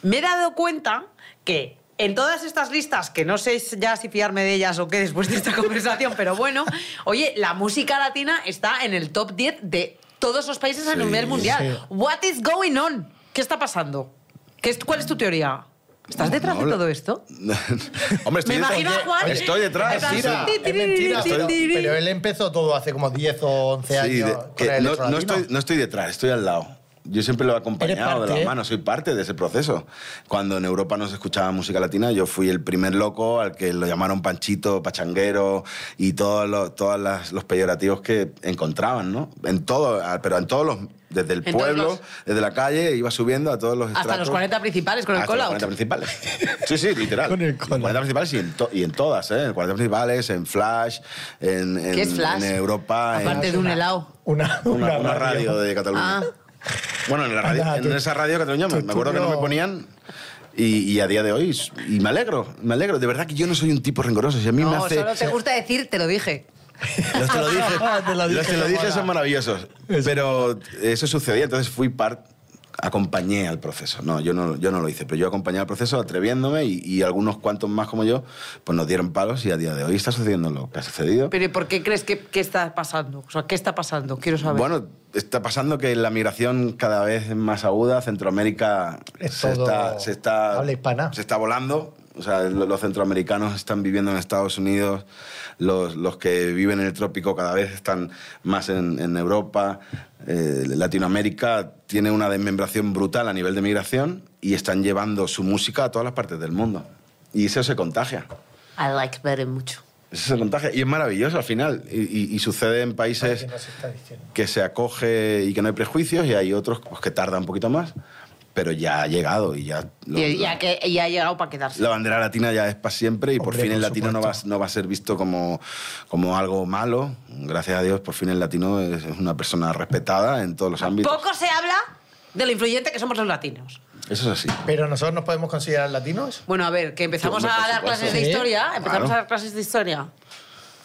Speaker 2: me he dado cuenta que en todas estas listas, que no sé ya si fiarme de ellas o qué después de esta conversación, pero bueno, oye, la música latina está en el top 10 de todos los países a
Speaker 4: Sí,
Speaker 2: nivel mundial.
Speaker 3: sí.
Speaker 2: What is going on? ¿Qué está pasando? ¿Qué es- ¿Cuál es tu teoría? ¿Estás detrás
Speaker 4: No,
Speaker 2: de
Speaker 4: la-
Speaker 2: todo esto?
Speaker 4: Hombre, estoy
Speaker 2: Me imagino a
Speaker 4: detrás.
Speaker 2: Juan.
Speaker 4: Estoy detrás,
Speaker 3: Es
Speaker 4: sí,
Speaker 3: mentira,
Speaker 4: sí.
Speaker 3: es mentira, pero,
Speaker 2: Tin, tin,
Speaker 3: pero él empezó todo hace como 10 o 11
Speaker 4: Sí,
Speaker 3: años.
Speaker 4: de-
Speaker 3: este con
Speaker 4: que
Speaker 3: el
Speaker 4: no,
Speaker 3: electro
Speaker 4: no
Speaker 3: latino.
Speaker 4: estoy, no estoy detrás, estoy al lado. Yo siempre lo he acompañado
Speaker 3: Eres
Speaker 4: de
Speaker 3: parte,
Speaker 4: las
Speaker 3: ¿eh?
Speaker 4: manos, soy parte de ese proceso. Cuando en Europa no se escuchaba música latina, yo fui el primer loco al que lo llamaron panchito, pachanguero y todos los, todas las- los peyorativos que encontraban, ¿no? En todo, ah, pero en todos los, desde el
Speaker 2: En todos
Speaker 4: pueblo,
Speaker 2: los-
Speaker 4: desde la calle, iba subiendo a todos los
Speaker 2: Hasta
Speaker 4: estratos.
Speaker 2: los 40 principales con el
Speaker 4: Hasta los
Speaker 2: call-out.
Speaker 4: 40 principales. Sí, sí, literal.
Speaker 3: Con el call-out.
Speaker 4: 40 principales y en, to- y en todas, ¿eh? En 40 principales, en Flash, en, en,
Speaker 2: ¿Qué es Flash?
Speaker 4: en Europa. en-
Speaker 2: Aparte de un helado.
Speaker 3: Una,
Speaker 4: una, una radio. de Cataluña.
Speaker 2: Ah.
Speaker 4: Bueno, en, la radio-
Speaker 3: Anda, tú-
Speaker 4: en esa radio de Cataluña me,
Speaker 3: tú-
Speaker 4: me acuerdo
Speaker 3: tú
Speaker 4: que no me
Speaker 3: no-
Speaker 4: ponían. Y, y a día de hoy, y me alegro, me alegro. De verdad que yo no soy un tipo rencoroso. Si a mí me
Speaker 2: No,
Speaker 4: hace.
Speaker 2: solo te gusta decir, te lo dije.
Speaker 4: Los te lo dije,
Speaker 3: Te lo
Speaker 4: los
Speaker 3: dije,
Speaker 4: te lo
Speaker 3: qué
Speaker 4: dije
Speaker 3: mola.
Speaker 4: son maravillosos. Pero eso sucedía, entonces fui parte. Acompañé al proceso. No yo, no, yo no lo hice, pero yo acompañé al proceso atreviéndome y, y algunos cuantos más como yo, pues nos dieron palos y a día de hoy está sucediendo lo que ha sucedido.
Speaker 2: Pero ¿y por qué crees que, que está pasando? O sea, ¿qué está pasando? Quiero saber.
Speaker 4: Bueno, está pasando que la migración cada vez es más aguda. Centroamérica
Speaker 3: Es
Speaker 4: se,
Speaker 3: todo
Speaker 4: está, se está-
Speaker 3: habla hispana.
Speaker 4: se está volando. O sea, lo- los centroamericanos están viviendo en Estados Unidos, los, los que viven en el trópico cada vez están más en, en Europa. Eh, Latinoamérica tiene una desmembración brutal a nivel de migración y están llevando su música a todas las partes del mundo. Y eso se contagia.
Speaker 2: I like very mucho.
Speaker 4: Eso se contagia. Y es maravilloso al final. Y, y- y sucede en países
Speaker 3: ¿Qué nos está diciendo?
Speaker 4: que se acoge y que no hay prejuicios y hay otros pues, que tardan un poquito más, pero ya ha llegado y ya... lo-
Speaker 2: y, ya
Speaker 4: la-
Speaker 2: que, y ha llegado para quedarse.
Speaker 4: La bandera latina ya es para siempre y por
Speaker 3: Hombre,
Speaker 4: fin el
Speaker 3: por
Speaker 4: latino no va,
Speaker 3: supuesto.
Speaker 4: no va a ser visto como, como algo malo. Gracias a Dios, por fin el latino es, es una persona respetada en todos los ámbitos.
Speaker 2: Poco se habla de lo influyente que somos los latinos.
Speaker 4: Eso es así.
Speaker 3: Pero nosotros nos podemos considerar latinos.
Speaker 2: Bueno, a ver, que empezamos
Speaker 4: Sí, hombre,
Speaker 2: a
Speaker 4: por
Speaker 2: dar
Speaker 4: supuesto.
Speaker 2: clases de
Speaker 3: Sí,
Speaker 2: historia. Empezamos
Speaker 4: claro.
Speaker 2: a dar clases de historia.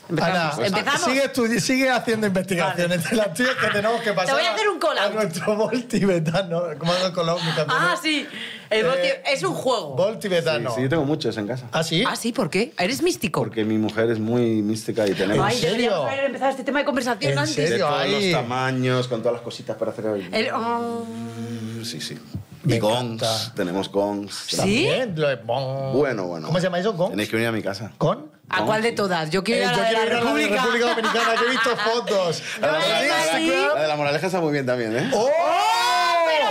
Speaker 3: Ana,
Speaker 2: Empezamos. Pues, empezamos.
Speaker 3: Sigue, estudi- sigue haciendo investigaciones de las tuyas que tenemos que pasar.
Speaker 2: voy a hacer un
Speaker 3: A
Speaker 2: collab.
Speaker 3: nuestro bol tibetano. ¿Cómo hago el collab? Mi canción
Speaker 2: Ah,
Speaker 3: es-
Speaker 2: sí. El bol-
Speaker 3: Eh,
Speaker 2: es un juego.
Speaker 3: Bol
Speaker 4: Sí,
Speaker 3: tibetano.
Speaker 4: sí, yo tengo muchos en casa.
Speaker 3: ¿Ah, sí?
Speaker 2: Ah, sí, ¿por qué? Eres místico.
Speaker 4: Porque mi mujer es muy mística y tenemos...
Speaker 2: Ay,
Speaker 3: ¿En serio?
Speaker 2: deberíamos haber empezado este tema de conversación
Speaker 3: ¿En
Speaker 2: antes.
Speaker 4: de
Speaker 3: serio?
Speaker 4: todos
Speaker 3: Ahí.
Speaker 4: los tamaños, con todas las cositas para hacer hoy. Mm,
Speaker 2: El- oh.
Speaker 4: Sí, sí.
Speaker 3: Me
Speaker 4: y gongs.
Speaker 3: encanta.
Speaker 4: Tenemos gongs.
Speaker 2: ¿Sí?
Speaker 3: Bien, lo es- bon.
Speaker 4: Bueno, bueno.
Speaker 3: ¿Cómo se llama eso? ¿Con?
Speaker 4: Tenéis que venir a mi casa.
Speaker 3: ¿Con?
Speaker 2: ¿A cuál de todas? Yo
Speaker 3: Eh,
Speaker 2: quiero ir a
Speaker 3: yo
Speaker 2: la, de
Speaker 3: quiero
Speaker 2: la
Speaker 3: ir a la de
Speaker 2: República.
Speaker 3: República Dominicana, que he visto fotos.
Speaker 2: Yo voy a ir
Speaker 3: Instagram.
Speaker 2: ahí.
Speaker 4: La de la moraleja está muy bien también, ¿eh?
Speaker 3: ¡Oh!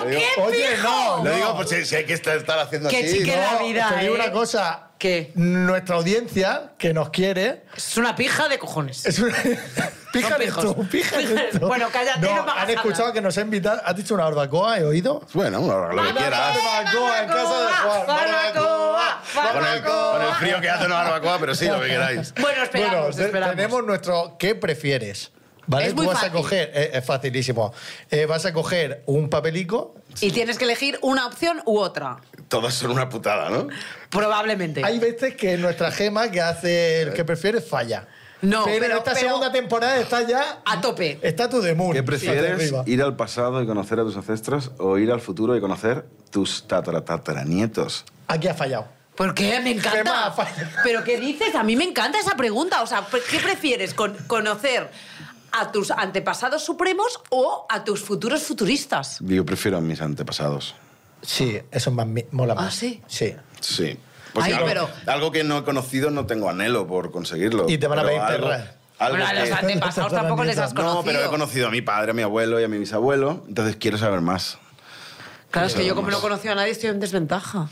Speaker 2: ¡Pero qué
Speaker 3: Oye,
Speaker 2: pijo!
Speaker 3: no,
Speaker 4: Lo
Speaker 3: no.
Speaker 4: digo por si, si hay que estar, estar haciendo
Speaker 2: Qué
Speaker 4: así.
Speaker 2: chique- la vida,
Speaker 3: Te digo
Speaker 2: ¿eh?
Speaker 3: una cosa.
Speaker 2: ¿Qué?
Speaker 3: Nuestra audiencia, que nos quiere,
Speaker 2: Es una pija de cojones.
Speaker 3: es una... Píjate
Speaker 2: pijos.
Speaker 3: tú, píjate
Speaker 2: Píjate.
Speaker 3: tú.
Speaker 2: Bueno, cállate, no
Speaker 3: no
Speaker 2: me hagas
Speaker 3: Han escuchado
Speaker 2: hablar.
Speaker 3: que nos ha invitado. ¿Has dicho una barbacoa? ¿He oído?
Speaker 4: Bueno, lo, lo que quieras.
Speaker 3: Barbacoa en casa de Juan.
Speaker 2: Barbacoa,
Speaker 4: Con el, con el frío que hace una barbacoa, pero sí, lo que queráis.
Speaker 2: Bueno, esperamos,
Speaker 3: bueno, te-
Speaker 2: esperamos.
Speaker 3: tenemos nuestro ¿qué prefieres? ¿Vale?
Speaker 2: Es muy
Speaker 3: Tú vas
Speaker 2: fácil.
Speaker 3: a coger, eh, es, facilísimo. Eh, vas a coger un papelico.
Speaker 2: Y tienes que elegir una opción u otra.
Speaker 4: Todos son una putada, ¿no?
Speaker 2: Probablemente.
Speaker 3: Hay veces que nuestra gema que hace el que prefieres falla.
Speaker 2: No,
Speaker 3: pero,
Speaker 2: pero-
Speaker 3: esta
Speaker 2: pero-
Speaker 3: segunda temporada está ya
Speaker 2: A tope.
Speaker 3: Está tu de moon.
Speaker 4: ¿Qué
Speaker 3: Está de
Speaker 4: prefieres?
Speaker 3: arriba.
Speaker 4: ¿Ir al pasado y conocer a tus ancestros o ir al futuro y conocer tus tataratataranietos?
Speaker 3: Aquí ha fallado.
Speaker 2: ¿Por qué? Me
Speaker 3: Gemma,
Speaker 2: encanta.
Speaker 3: falla.
Speaker 2: ¿Pero qué dices? A mí me encanta esa pregunta. O sea, ¿qué prefieres? con- ¿Conocer a tus antepasados supremos o a tus futuros futuristas?
Speaker 4: Yo prefiero a mis antepasados.
Speaker 3: Sí, eso es más, mi- mola
Speaker 2: Ah,
Speaker 3: más.
Speaker 2: ¿sí?
Speaker 3: Sí.
Speaker 4: Sí. Pues
Speaker 2: Ay,
Speaker 4: algo,
Speaker 2: pero-
Speaker 4: algo que no he conocido no tengo anhelo por conseguirlo.
Speaker 3: Y te van a
Speaker 4: pero
Speaker 3: pedir
Speaker 4: algo-
Speaker 3: perra.
Speaker 4: algo
Speaker 2: bueno, a los
Speaker 4: que-
Speaker 2: antepasados tampoco les has conocido.
Speaker 4: No, pero he conocido a mi padre, a mi abuelo y a mi bisabuelo, entonces quiero saber más.
Speaker 2: Claro, es que yo como no he conocido a nadie estoy en desventaja. Como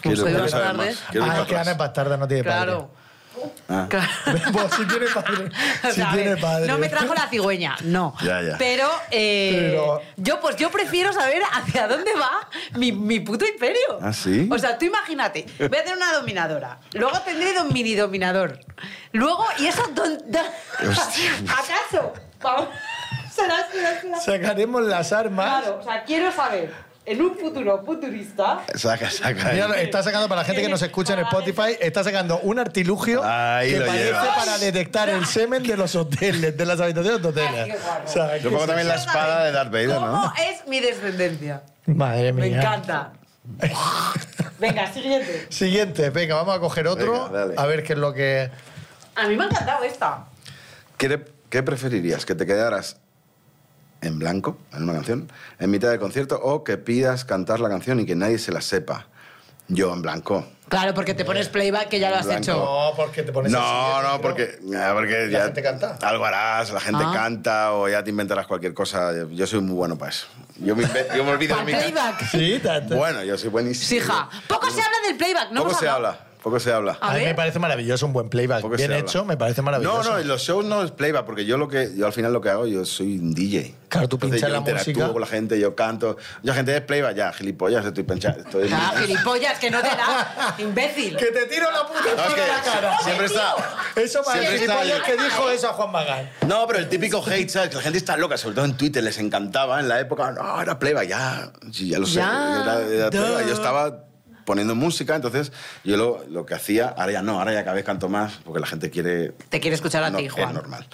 Speaker 4: Quiero-
Speaker 2: soy
Speaker 4: quiero
Speaker 2: más
Speaker 4: saber
Speaker 2: tarde.
Speaker 4: más. Quiero ir
Speaker 3: Ah,
Speaker 4: para
Speaker 3: es que
Speaker 4: atrás.
Speaker 3: Ana es bastarda, no tiene
Speaker 2: Claro.
Speaker 3: padre.
Speaker 4: Ah.
Speaker 2: Claro.
Speaker 3: Pues si tiene padre.
Speaker 2: O
Speaker 3: Si
Speaker 2: sea, a
Speaker 3: tiene
Speaker 2: ver,
Speaker 3: padre.
Speaker 2: No me trajo la cigüeña, no.
Speaker 4: Ya, ya.
Speaker 2: Pero, eh,
Speaker 3: Pero-
Speaker 2: yo pues yo prefiero saber hacia dónde va mi, mi puto imperio.
Speaker 4: ¿Ah, sí?
Speaker 2: O sea, tú imagínate, voy a tener una dominadora, luego tendré un mini dominador, luego, y esa... don- da-
Speaker 4: Hostia.
Speaker 2: ¿Acaso? Vamos. Será, será, será.
Speaker 3: Sacaremos las armas.
Speaker 2: Claro, o sea, quiero saber, en un futuro futurista...
Speaker 4: Saca, saca. ahí.
Speaker 3: Mira, está sacando para la gente que nos escucha en Spotify, está sacando un artilugio
Speaker 4: Ahí
Speaker 3: que
Speaker 4: lo
Speaker 3: parece
Speaker 4: llevas.
Speaker 3: para detectar el semen de los hoteles, de las habitaciones de hoteles.
Speaker 2: Ay, qué guapo.
Speaker 3: O sea,
Speaker 4: Yo pongo también la espada de Darth Vader,
Speaker 2: ¿Cómo
Speaker 4: ¿no?
Speaker 2: es mi descendencia?
Speaker 3: Madre mía.
Speaker 2: Me encanta. Venga, siguiente.
Speaker 3: Siguiente, venga, vamos a coger otro.
Speaker 4: Venga, dale.
Speaker 3: a ver qué es lo que.
Speaker 2: A mí me ha encantado esta.
Speaker 4: ¿Qué, qué preferirías? ¿Que te quedaras en blanco en una canción, en mitad del concierto, o que pidas cantar la canción y que nadie se la sepa? Yo en blanco.
Speaker 2: Claro, porque te
Speaker 3: Eh,
Speaker 2: pones playback que ya lo has
Speaker 4: Blanco.
Speaker 2: hecho.
Speaker 3: No, porque te pones. al
Speaker 4: No,
Speaker 3: siguiente,
Speaker 4: no, porque, ah, porque
Speaker 3: La
Speaker 4: ya
Speaker 3: gente canta.
Speaker 4: algo harás, la gente
Speaker 2: Ah.
Speaker 4: canta o ya te inventarás cualquier cosa. Yo soy muy bueno para eso. Yo me, inve- yo me olvido de
Speaker 2: ¿Para
Speaker 4: mi can-
Speaker 2: playback?
Speaker 3: Sí, tanto.
Speaker 4: Bueno, yo soy buenísimo.
Speaker 2: Sí, hija. Poco se habla del playback, ¿no?
Speaker 4: Poco
Speaker 2: hemos
Speaker 4: se
Speaker 2: hablado. Ah,
Speaker 4: habla, poco se habla.
Speaker 2: A
Speaker 3: A, mí
Speaker 2: ver.
Speaker 3: me parece maravilloso un buen playback.
Speaker 4: Poco
Speaker 3: Bien
Speaker 4: se habla.
Speaker 3: hecho, me parece maravilloso.
Speaker 4: No, no, en los shows no es playback, porque yo lo que yo al final lo que hago, yo soy un DJ.
Speaker 3: Claro, tú
Speaker 4: Entonces,
Speaker 3: pinchas
Speaker 4: yo
Speaker 3: la
Speaker 4: interactúo
Speaker 3: música.
Speaker 4: con la gente, yo canto. Yo gente es playback, ya, gilipollas, estoy pinchando. Estoy
Speaker 2: Ah, gilipollas, que no te da. Imbécil.
Speaker 3: Que te tiro la puta
Speaker 4: No, es
Speaker 3: espina en la cara.
Speaker 4: que siempre está.
Speaker 3: Eso para el
Speaker 4: siempre está
Speaker 3: gilipollas
Speaker 4: el-
Speaker 3: que dijo eso a Juan Magán.
Speaker 4: No, pero el típico hate, ¿sabes? Que la gente está loca, sobre todo en Twitter, les encantaba en la época. No, era playback, ya. Sí, ya lo sé.
Speaker 2: Ya,
Speaker 4: Era- era
Speaker 2: duh.
Speaker 4: playback. Yo estaba poniendo música, entonces yo lo, lo que hacía, ahora ya no, ahora ya cada vez canto más, porque la gente quiere
Speaker 2: Te quiere escuchar a
Speaker 4: No,
Speaker 2: ti, Juan.
Speaker 4: Es normal,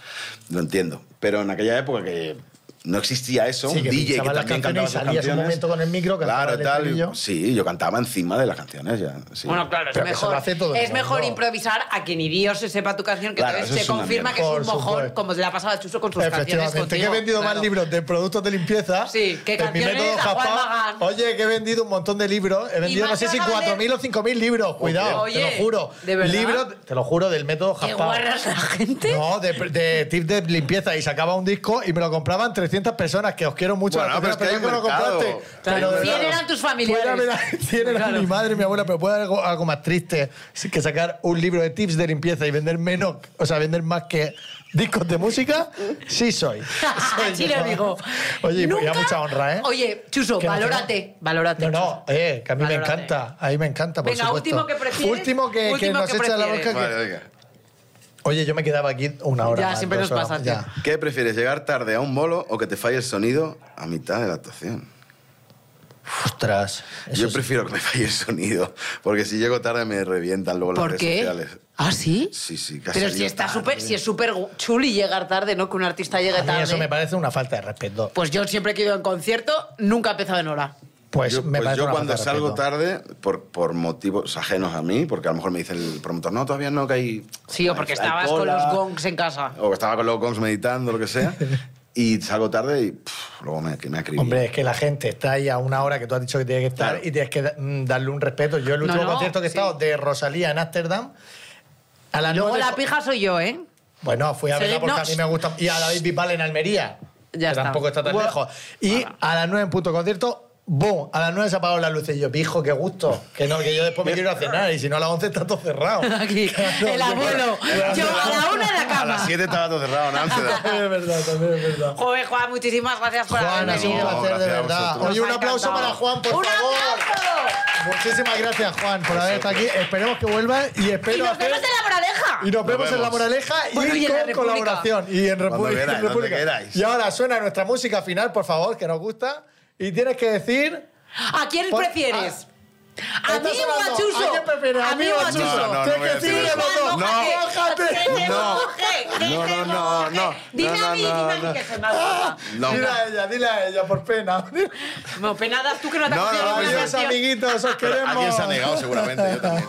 Speaker 4: lo entiendo. Pero en aquella época que no existía eso,
Speaker 3: Sí,
Speaker 4: un
Speaker 3: que
Speaker 4: DJ que
Speaker 3: pinchabas las
Speaker 4: también cantaba
Speaker 3: canciones y
Speaker 4: sus
Speaker 3: salías un
Speaker 4: canciones.
Speaker 3: momento con el micro, cantabas
Speaker 4: claro,
Speaker 3: el
Speaker 4: tal.
Speaker 3: estribillo.
Speaker 4: sí, yo cantaba encima de las canciones ya. sí.
Speaker 2: Bueno, claro, es
Speaker 3: Pero que eso
Speaker 2: mejor.
Speaker 3: lo hace todo el
Speaker 2: es
Speaker 3: mundo.
Speaker 2: mejor improvisar a quien ni Dios se sepa tu canción, que
Speaker 4: Claro,
Speaker 2: entonces
Speaker 4: eso
Speaker 2: se
Speaker 4: es una
Speaker 2: confirma
Speaker 4: mierda.
Speaker 2: que es un
Speaker 3: Por
Speaker 2: mojón,
Speaker 3: supuesto.
Speaker 2: como le ha pasado a Chuso con sus canciones.
Speaker 3: Efectivamente, que he
Speaker 2: contigo,
Speaker 3: vendido
Speaker 2: claro.
Speaker 3: más libros de productos de limpieza.
Speaker 2: Sí, que
Speaker 3: de mi
Speaker 2: canciones
Speaker 3: método
Speaker 2: a Juan
Speaker 3: Japón.
Speaker 2: Magán.
Speaker 3: Oye, que he vendido un montón de libros. He vendido, no
Speaker 2: más
Speaker 3: sé
Speaker 2: te
Speaker 3: si
Speaker 2: vas a
Speaker 3: 4.000 o 5.000 libros. Cuidado, te
Speaker 2: Oye,
Speaker 3: lo juro.
Speaker 2: ¿de verdad?
Speaker 3: Libros, te lo juro, del método
Speaker 2: ¿Qué
Speaker 3: Japón.
Speaker 2: guarras la gente?
Speaker 3: No, de, de tip de limpieza. Y sacaba un disco y me lo compraban 300 personas, que os quiero mucho.
Speaker 4: Bueno,
Speaker 3: las
Speaker 4: pero
Speaker 3: 300
Speaker 4: es que hay
Speaker 3: personas
Speaker 4: mercado.
Speaker 3: que me lo compraste.
Speaker 4: Claro,
Speaker 3: Pero de
Speaker 2: cien
Speaker 3: verdad,
Speaker 2: eran tus familiares.
Speaker 3: fuera de la- cien eran
Speaker 2: Claro.
Speaker 3: mi madre y mi abuela, pero puede haber algo, algo más triste que sacar un libro de tips de limpieza y vender menos, o sea, vender más que discos de música. Sí soy. Soy
Speaker 2: Así
Speaker 3: yo.
Speaker 2: lo digo.
Speaker 3: Oye, y
Speaker 2: Nunca-
Speaker 3: a mucha honra, ¿eh?
Speaker 2: Oye, Chuso,
Speaker 3: Que no
Speaker 2: valórate. Valórate.
Speaker 3: No, no,
Speaker 2: Chuso.
Speaker 3: eh, que a mí me
Speaker 2: Valórate.
Speaker 3: encanta. A mí me encanta, por
Speaker 2: Venga,
Speaker 3: supuesto.
Speaker 2: último que prefieres.
Speaker 3: Último que, que
Speaker 2: Último
Speaker 3: nos
Speaker 2: que
Speaker 3: echa la boca.
Speaker 2: prefieres.
Speaker 3: que-
Speaker 4: Vale, venga.
Speaker 3: Oye, yo me quedaba aquí una hora.
Speaker 2: Ya,
Speaker 3: más,
Speaker 2: siempre
Speaker 3: dos
Speaker 2: nos pasa,
Speaker 3: horas,
Speaker 2: tío.
Speaker 3: ya.
Speaker 4: ¿Qué prefieres, llegar tarde a un bolo o que te falle el sonido a mitad de la actuación?
Speaker 3: Ostras. eso
Speaker 4: Yo
Speaker 3: es-
Speaker 4: prefiero que me falle el sonido, porque si llego tarde me revientan luego las
Speaker 2: ¿Por
Speaker 4: redes
Speaker 2: qué?
Speaker 4: sociales.
Speaker 2: ¿Ah, sí?
Speaker 4: Sí, sí, casi.
Speaker 2: Pero si está súper, si es súper chuli llegar tarde, ¿no? Que un artista
Speaker 3: A
Speaker 2: llegue
Speaker 3: mí
Speaker 2: tarde.
Speaker 3: eso me parece una falta de respeto.
Speaker 2: Pues yo siempre que he ido en concierto, nunca he empezado en hora.
Speaker 3: Pues
Speaker 4: yo,
Speaker 3: me
Speaker 4: pues
Speaker 3: parece
Speaker 4: yo
Speaker 3: una
Speaker 4: cuando
Speaker 3: falta de
Speaker 4: salgo
Speaker 3: respeto.
Speaker 4: tarde, por, por motivos ajenos a mí, porque a lo mejor me dice el promotor, no, todavía no, que hay.
Speaker 2: Sí, o porque
Speaker 4: hay
Speaker 2: estabas con
Speaker 4: cola",
Speaker 2: los gongs en casa.
Speaker 4: O que estaba con los gongs meditando, lo que sea. y salgo tarde y pff, luego me, que me acribillan.
Speaker 3: Hombre, es que la gente está ahí a una hora que tú has dicho que tiene que estar
Speaker 4: Claro.
Speaker 3: y tienes que da- mm, darle un respeto. Yo el
Speaker 2: No,
Speaker 3: último
Speaker 2: no,
Speaker 3: concierto que he
Speaker 2: sí.
Speaker 3: estado de Rosalía en Ámsterdam a las
Speaker 2: Luego
Speaker 3: nueve
Speaker 2: la
Speaker 3: fue-
Speaker 2: pija soy yo, ¿eh?
Speaker 3: Bueno, fui a
Speaker 2: Se
Speaker 3: verla
Speaker 2: le-
Speaker 3: porque
Speaker 2: no,
Speaker 3: a mí me gusta. Y a David Bisbal en Almería.
Speaker 2: Ya
Speaker 3: que
Speaker 2: está.
Speaker 3: tampoco está tan
Speaker 2: Buah.
Speaker 3: lejos. Y a las 9 en punto concierto, ¡boom! A las 9 se apagaron las luces. Y yo, pijo, qué gusto. Que no, que yo después me quiero ir a cenar. Y si no, a las 11 está todo cerrado.
Speaker 2: Aquí,
Speaker 3: Claro,
Speaker 2: el
Speaker 3: yo-
Speaker 2: abuelo. Yo a la una en la
Speaker 4: A las
Speaker 2: cama.
Speaker 4: 7 estaba todo cerrado en Ámsterdam.
Speaker 3: También es verdad, también es verdad.
Speaker 2: Joder, Juan, muchísimas gracias por
Speaker 3: Juan,
Speaker 2: haber
Speaker 3: ha sido un
Speaker 2: venido.
Speaker 4: No,
Speaker 3: placer de
Speaker 4: gracias a
Speaker 3: verdad.
Speaker 4: vosotros.
Speaker 3: Oye, un
Speaker 2: Nos ha
Speaker 3: aplauso
Speaker 2: encantado.
Speaker 3: para Juan, por
Speaker 2: ¡Un
Speaker 3: favor.
Speaker 2: aplauso!
Speaker 3: Muchísimas gracias, Juan, por haber estado aquí. Esperemos que vuelvas y
Speaker 2: Y
Speaker 3: espero
Speaker 2: nos
Speaker 3: hacer-
Speaker 2: vemos en la moraleja.
Speaker 3: Y nos vemos
Speaker 4: Nos
Speaker 3: en La
Speaker 4: vemos.
Speaker 3: Moraleja
Speaker 2: Bueno,
Speaker 3: y,
Speaker 2: y en
Speaker 3: con
Speaker 2: la República.
Speaker 3: colaboración. Y en, Repu-
Speaker 4: Cuando queráis,
Speaker 3: en
Speaker 4: donde
Speaker 3: República.
Speaker 4: queráis.
Speaker 3: Y ahora suena nuestra música final, por favor, que nos gusta. Y tienes que decir...
Speaker 2: ¿A quién
Speaker 3: Por- ah,
Speaker 2: prefieres? ¿A
Speaker 3: Está
Speaker 2: mí o a
Speaker 3: sonando.
Speaker 2: Chuso?
Speaker 3: ¿A quién prefieres?
Speaker 2: ¿A mí o a Chuso?
Speaker 4: No, no,
Speaker 3: Tienes
Speaker 4: voy
Speaker 3: que
Speaker 4: a decir
Speaker 3: decir
Speaker 4: eso.
Speaker 3: los dos.
Speaker 2: Juan,
Speaker 4: No.
Speaker 2: mójate, que se
Speaker 4: No.
Speaker 2: moje, que
Speaker 4: No,
Speaker 2: se
Speaker 4: no, no,
Speaker 2: moje.
Speaker 4: no.
Speaker 2: Dime
Speaker 4: No,
Speaker 2: a mí,
Speaker 4: no,
Speaker 2: dime a
Speaker 4: no.
Speaker 2: mí que se me ha
Speaker 4: No.
Speaker 3: Dile a ella, dile a ella, por pena.
Speaker 2: No, penadas tú que no te has
Speaker 4: No,
Speaker 2: cogido
Speaker 4: no,
Speaker 2: ninguna
Speaker 4: no,
Speaker 3: Adiós,
Speaker 2: canción.
Speaker 3: amiguitos, os
Speaker 4: Pero
Speaker 3: queremos.
Speaker 4: alguien se ha negado seguramente, yo también.